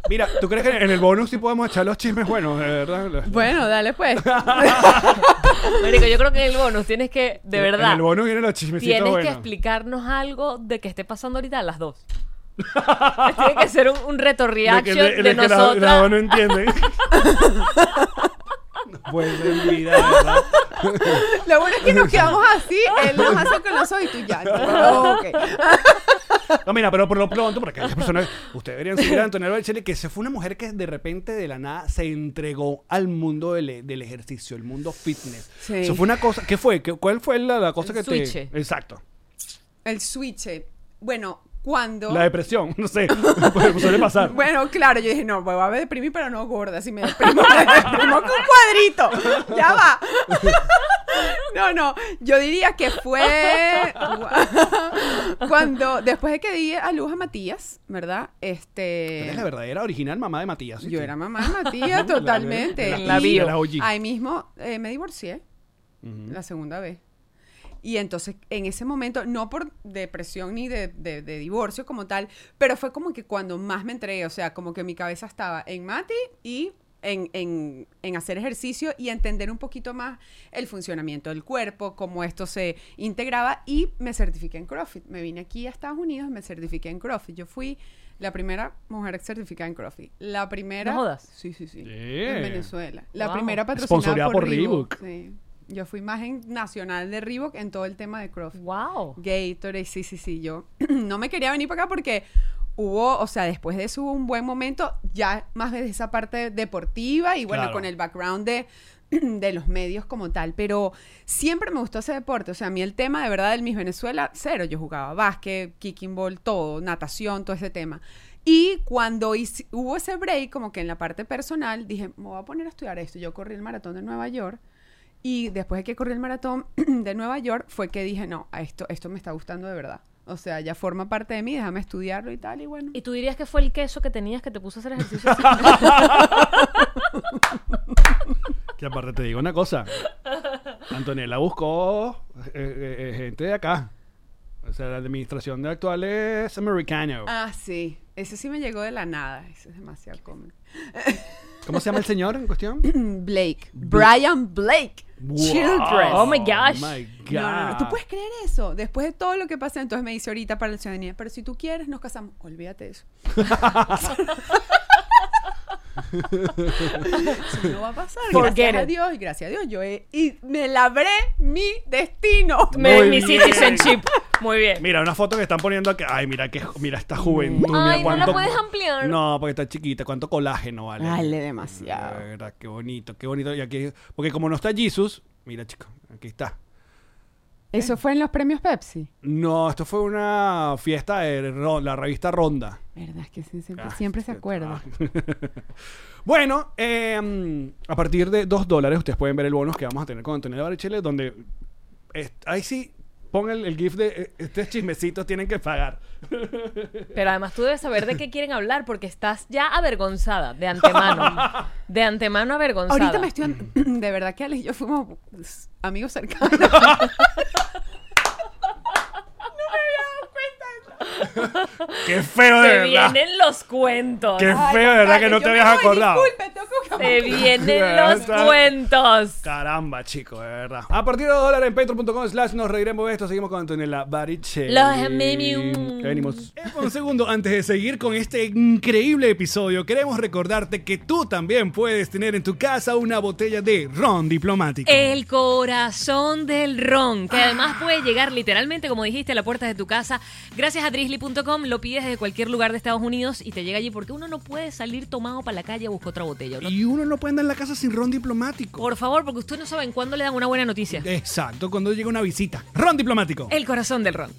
C: Mira, ¿tú crees que en el bonus sí podemos echar los chismes buenos, de verdad?
E: Bueno, dale pues.
D: Marico, yo creo que en el bonus tienes que, de
C: En
D: verdad,
C: el bonus vienen los chismecitos
D: tienes que
C: buenos.
D: explicarnos algo de que esté pasando ahorita a las dos. Tiene que ser un, un reto
C: De que-
D: reaction
C: de-
D: de,
C: de que la-
D: nosotras.
C: la voz no entiende. No puede ser vida, de ¿verdad?
E: Lo bueno es que nos quedamos así, él nos hace con los ojos y tú ya. Ok.
C: No, mira, pero por lo pronto, porque aquellas personas, ustedes deberían seguir a Antonella Barcelli, que se fue una mujer que de repente de la nada se entregó al mundo del, del ejercicio, el mundo fitness.
E: Sí.
C: Eso fue una cosa, ¿qué fue? ¿Qué- ¿Cuál fue la, la cosa
D: El
C: que
D: switch.
C: te... Exacto.
E: El switch. eh. Bueno, cuando.
C: La depresión, no sé, puede- suele pasar.
E: Bueno, claro, yo dije, no, me voy a deprimir, pero no gorda. Si me deprimo, me deprimo con un cuadrito. Ya va. No, no, yo diría que fue cuando, después de que di a luz a Matías, ¿verdad?
C: Tú
E: Este,
C: eres la verdadera original mamá de Matías. ¿sí?
E: yo era mamá de Matías totalmente.
C: De
D: la
C: de
D: bio.
C: la OG.
E: Ahí mismo eh, me divorcié la segunda vez. Y entonces, en ese momento, no por depresión ni de, de- de divorcio como tal, pero fue como que cuando más me entregué, o sea, como que mi cabeza estaba en Mati y en, en- en hacer ejercicio y entender un poquito más el funcionamiento del cuerpo, cómo esto se integraba y me certifiqué en CrossFit. Me vine aquí a Estados Unidos y me certifiqué en CrossFit. Yo fui la primera mujer certificada en CrossFit. La primera...
D: No jodas.
E: Sí, sí, sí.
C: Yeah.
E: En Venezuela. La
D: Wow.
E: primera patrocinada
C: Sponsoreada
E: por,
C: por Reebok.
E: Reebok. Sí. Este, Yo fui imagen nacional de Reebok en todo el tema de CrossFit.
D: Wow.
E: Gatorade, sí, sí, sí. Yo no me quería venir para acá porque hubo, o sea, después de eso hubo un buen momento, ya más de esa parte deportiva y bueno,
C: Claro.
E: con el background de, de los medios como tal. Pero siempre me gustó ese deporte. O sea, a mí el tema de verdad del Miss Venezuela, cero. Yo jugaba básquet, kicking ball, todo, natación, todo ese tema. Y cuando hice- hubo ese break, como que en la parte personal, dije, me voy a poner a estudiar esto. Yo corrí el maratón de Nueva York. Y después de que corrí el maratón de Nueva York, fue que dije, no, a esto, esto me está gustando de verdad. O sea, ya forma parte de mí, déjame estudiarlo y tal, y bueno.
D: ¿Y tú dirías que fue el queso que tenías que te puso a hacer ejercicio?
C: Que aparte te digo una cosa. Antonella buscó eh, eh, eh, gente de acá. O sea, la administración de actual es americano.
E: Ah, sí. Ese sí me llegó de la nada. Ese es demasiado cómico.
C: ¿Cómo se llama el señor en cuestión?
E: Blake. Brian Blake. Childress.
D: Oh my gosh.
C: my God.
E: No, no, no. ¿Tú puedes creer eso? Después de todo lo que pasa, entonces me dice ahorita para la ciudadanía, pero si tú quieres, nos casamos. Olvídate de eso. eso no va a pasar.
D: Forget
E: gracias a
D: it.
E: Dios y gracias a Dios. Yo he- y me labré mi destino.
D: Me,
C: Muy
D: mi
C: bien.
D: citizenship. Muy bien.
C: Mira, una foto que están poniendo aquí. Ay, mira que mira esta juventud. mira
D: Ay, ¿no la
C: cuánto-
D: puedes ampliar?
C: No, porque está chiquita. ¿Cuánto colágeno vale?
E: Dale demasiado.
C: De verdad, qué bonito, qué bonito. Y aquí, porque como no está Jesus, mira, chico, aquí está.
E: Eso fue en los premios Pepsi.
C: No, esto fue una fiesta de Ro- la revista Ronda.
E: Verdad, es que sí, siempre,
C: Ah,
E: siempre se
C: sí,
E: acuerda.
C: ah. bueno, eh, a partir de 2 dólares ustedes pueden ver el bonus que vamos a tener con Antonella Barichele, donde es- ahí sí pon el, el GIF de eh, estos chismecitos tienen que pagar.
D: Pero además tú debes saber de qué quieren hablar porque estás ya avergonzada de antemano. De antemano avergonzada.
E: Ahorita me estoy. De verdad que Ale y yo fuimos amigos cercanos.
C: ¡Qué feo de
D: Te
C: verdad!
D: vienen los cuentos.
C: ¡Qué
E: Ay,
C: feo de verdad que
E: Ale,
C: no
E: yo
C: te
E: me
C: habías
E: voy,
C: acordado!
E: Disculpe, tengo que
D: Te vienen
C: Ya
D: los
C: está.
D: cuentos.
C: Caramba, chico, de verdad. A partir de 2 dólares en patreon.com slash nos reiremos de esto. Seguimos con Antonella Bariche.
D: Los amemium.
C: Venimos. Eh, Un segundo, antes de seguir con este increíble episodio, queremos recordarte que tú también puedes tener en tu casa una botella de ron diplomático.
D: El corazón del ron, que además puede llegar literalmente, como dijiste, a la puerta de tu casa. Gracias a drizzly.com lo pides desde cualquier lugar de Estados Unidos y te llega allí porque uno no puede salir tomado para la calle a buscar otra botella. ¿no?
C: Y uno no puede andar en la casa sin ron diplomático.
D: Por favor, porque ustedes no saben cuándo le dan una buena noticia.
C: Exacto, cuando llega una visita. Ron diplomático.
D: El corazón del ron.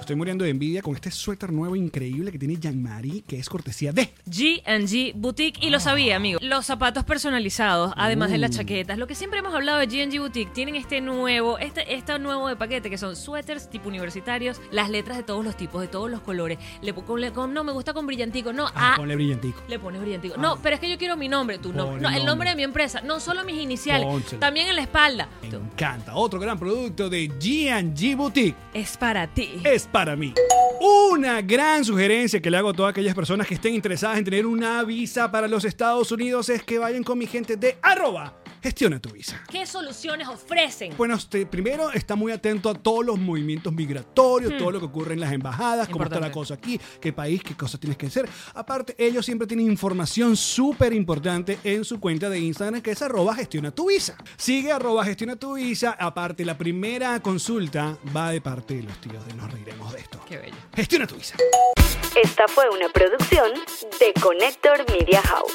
C: Estoy muriendo de envidia con este suéter nuevo increíble que tiene Jean-Marie, que es cortesía de...
D: GG Boutique,
C: Ah.
D: y lo sabía, amigo. Los zapatos personalizados, además
C: Uh.
D: de las chaquetas. Lo que siempre hemos hablado de GG Boutique, tienen este nuevo, este, este nuevo de paquete que son suéteres tipo universitarios, las letras de todos los tipos, de todos los colores. Le, po- con- le- con- no, me gusta con brillantico, no,
C: Ah,
D: ah,
C: ponle brillantico.
D: le pones brillantico. No, pero es que yo quiero mi nombre, tu nombre.
C: Pon
D: No,
C: el
D: el
C: nombre.
D: nombre de mi empresa, no solo mis iniciales,
C: Pónselo.
D: también en la espalda.
C: Me
D: Tú,
C: encanta. Otro gran producto de G&G Boutique.
D: Es para ti.
C: es para mí. Una gran sugerencia que le hago a todas aquellas personas que estén interesadas en tener una visa para los Estados Unidos es que vayan con mi gente de arroba. Gestiona tu visa.
D: ¿Qué soluciones ofrecen?
C: Bueno, usted primero está muy atento a todos los movimientos migratorios, todo lo que ocurre en las embajadas, cómo está la
D: Hmm. Importante.
C: cosa aquí, qué país, qué cosas tienes que hacer. Aparte, ellos siempre tienen información súper importante en su cuenta de Instagram, que es arroba gestiona tu visa. Sigue arroba gestiona tu visa. Aparte, la primera consulta va de parte de los tíos de Nos Reiremos de esto.
D: Qué bello.
C: Gestiona tu visa.
A: Esta fue una producción de Connector Media House.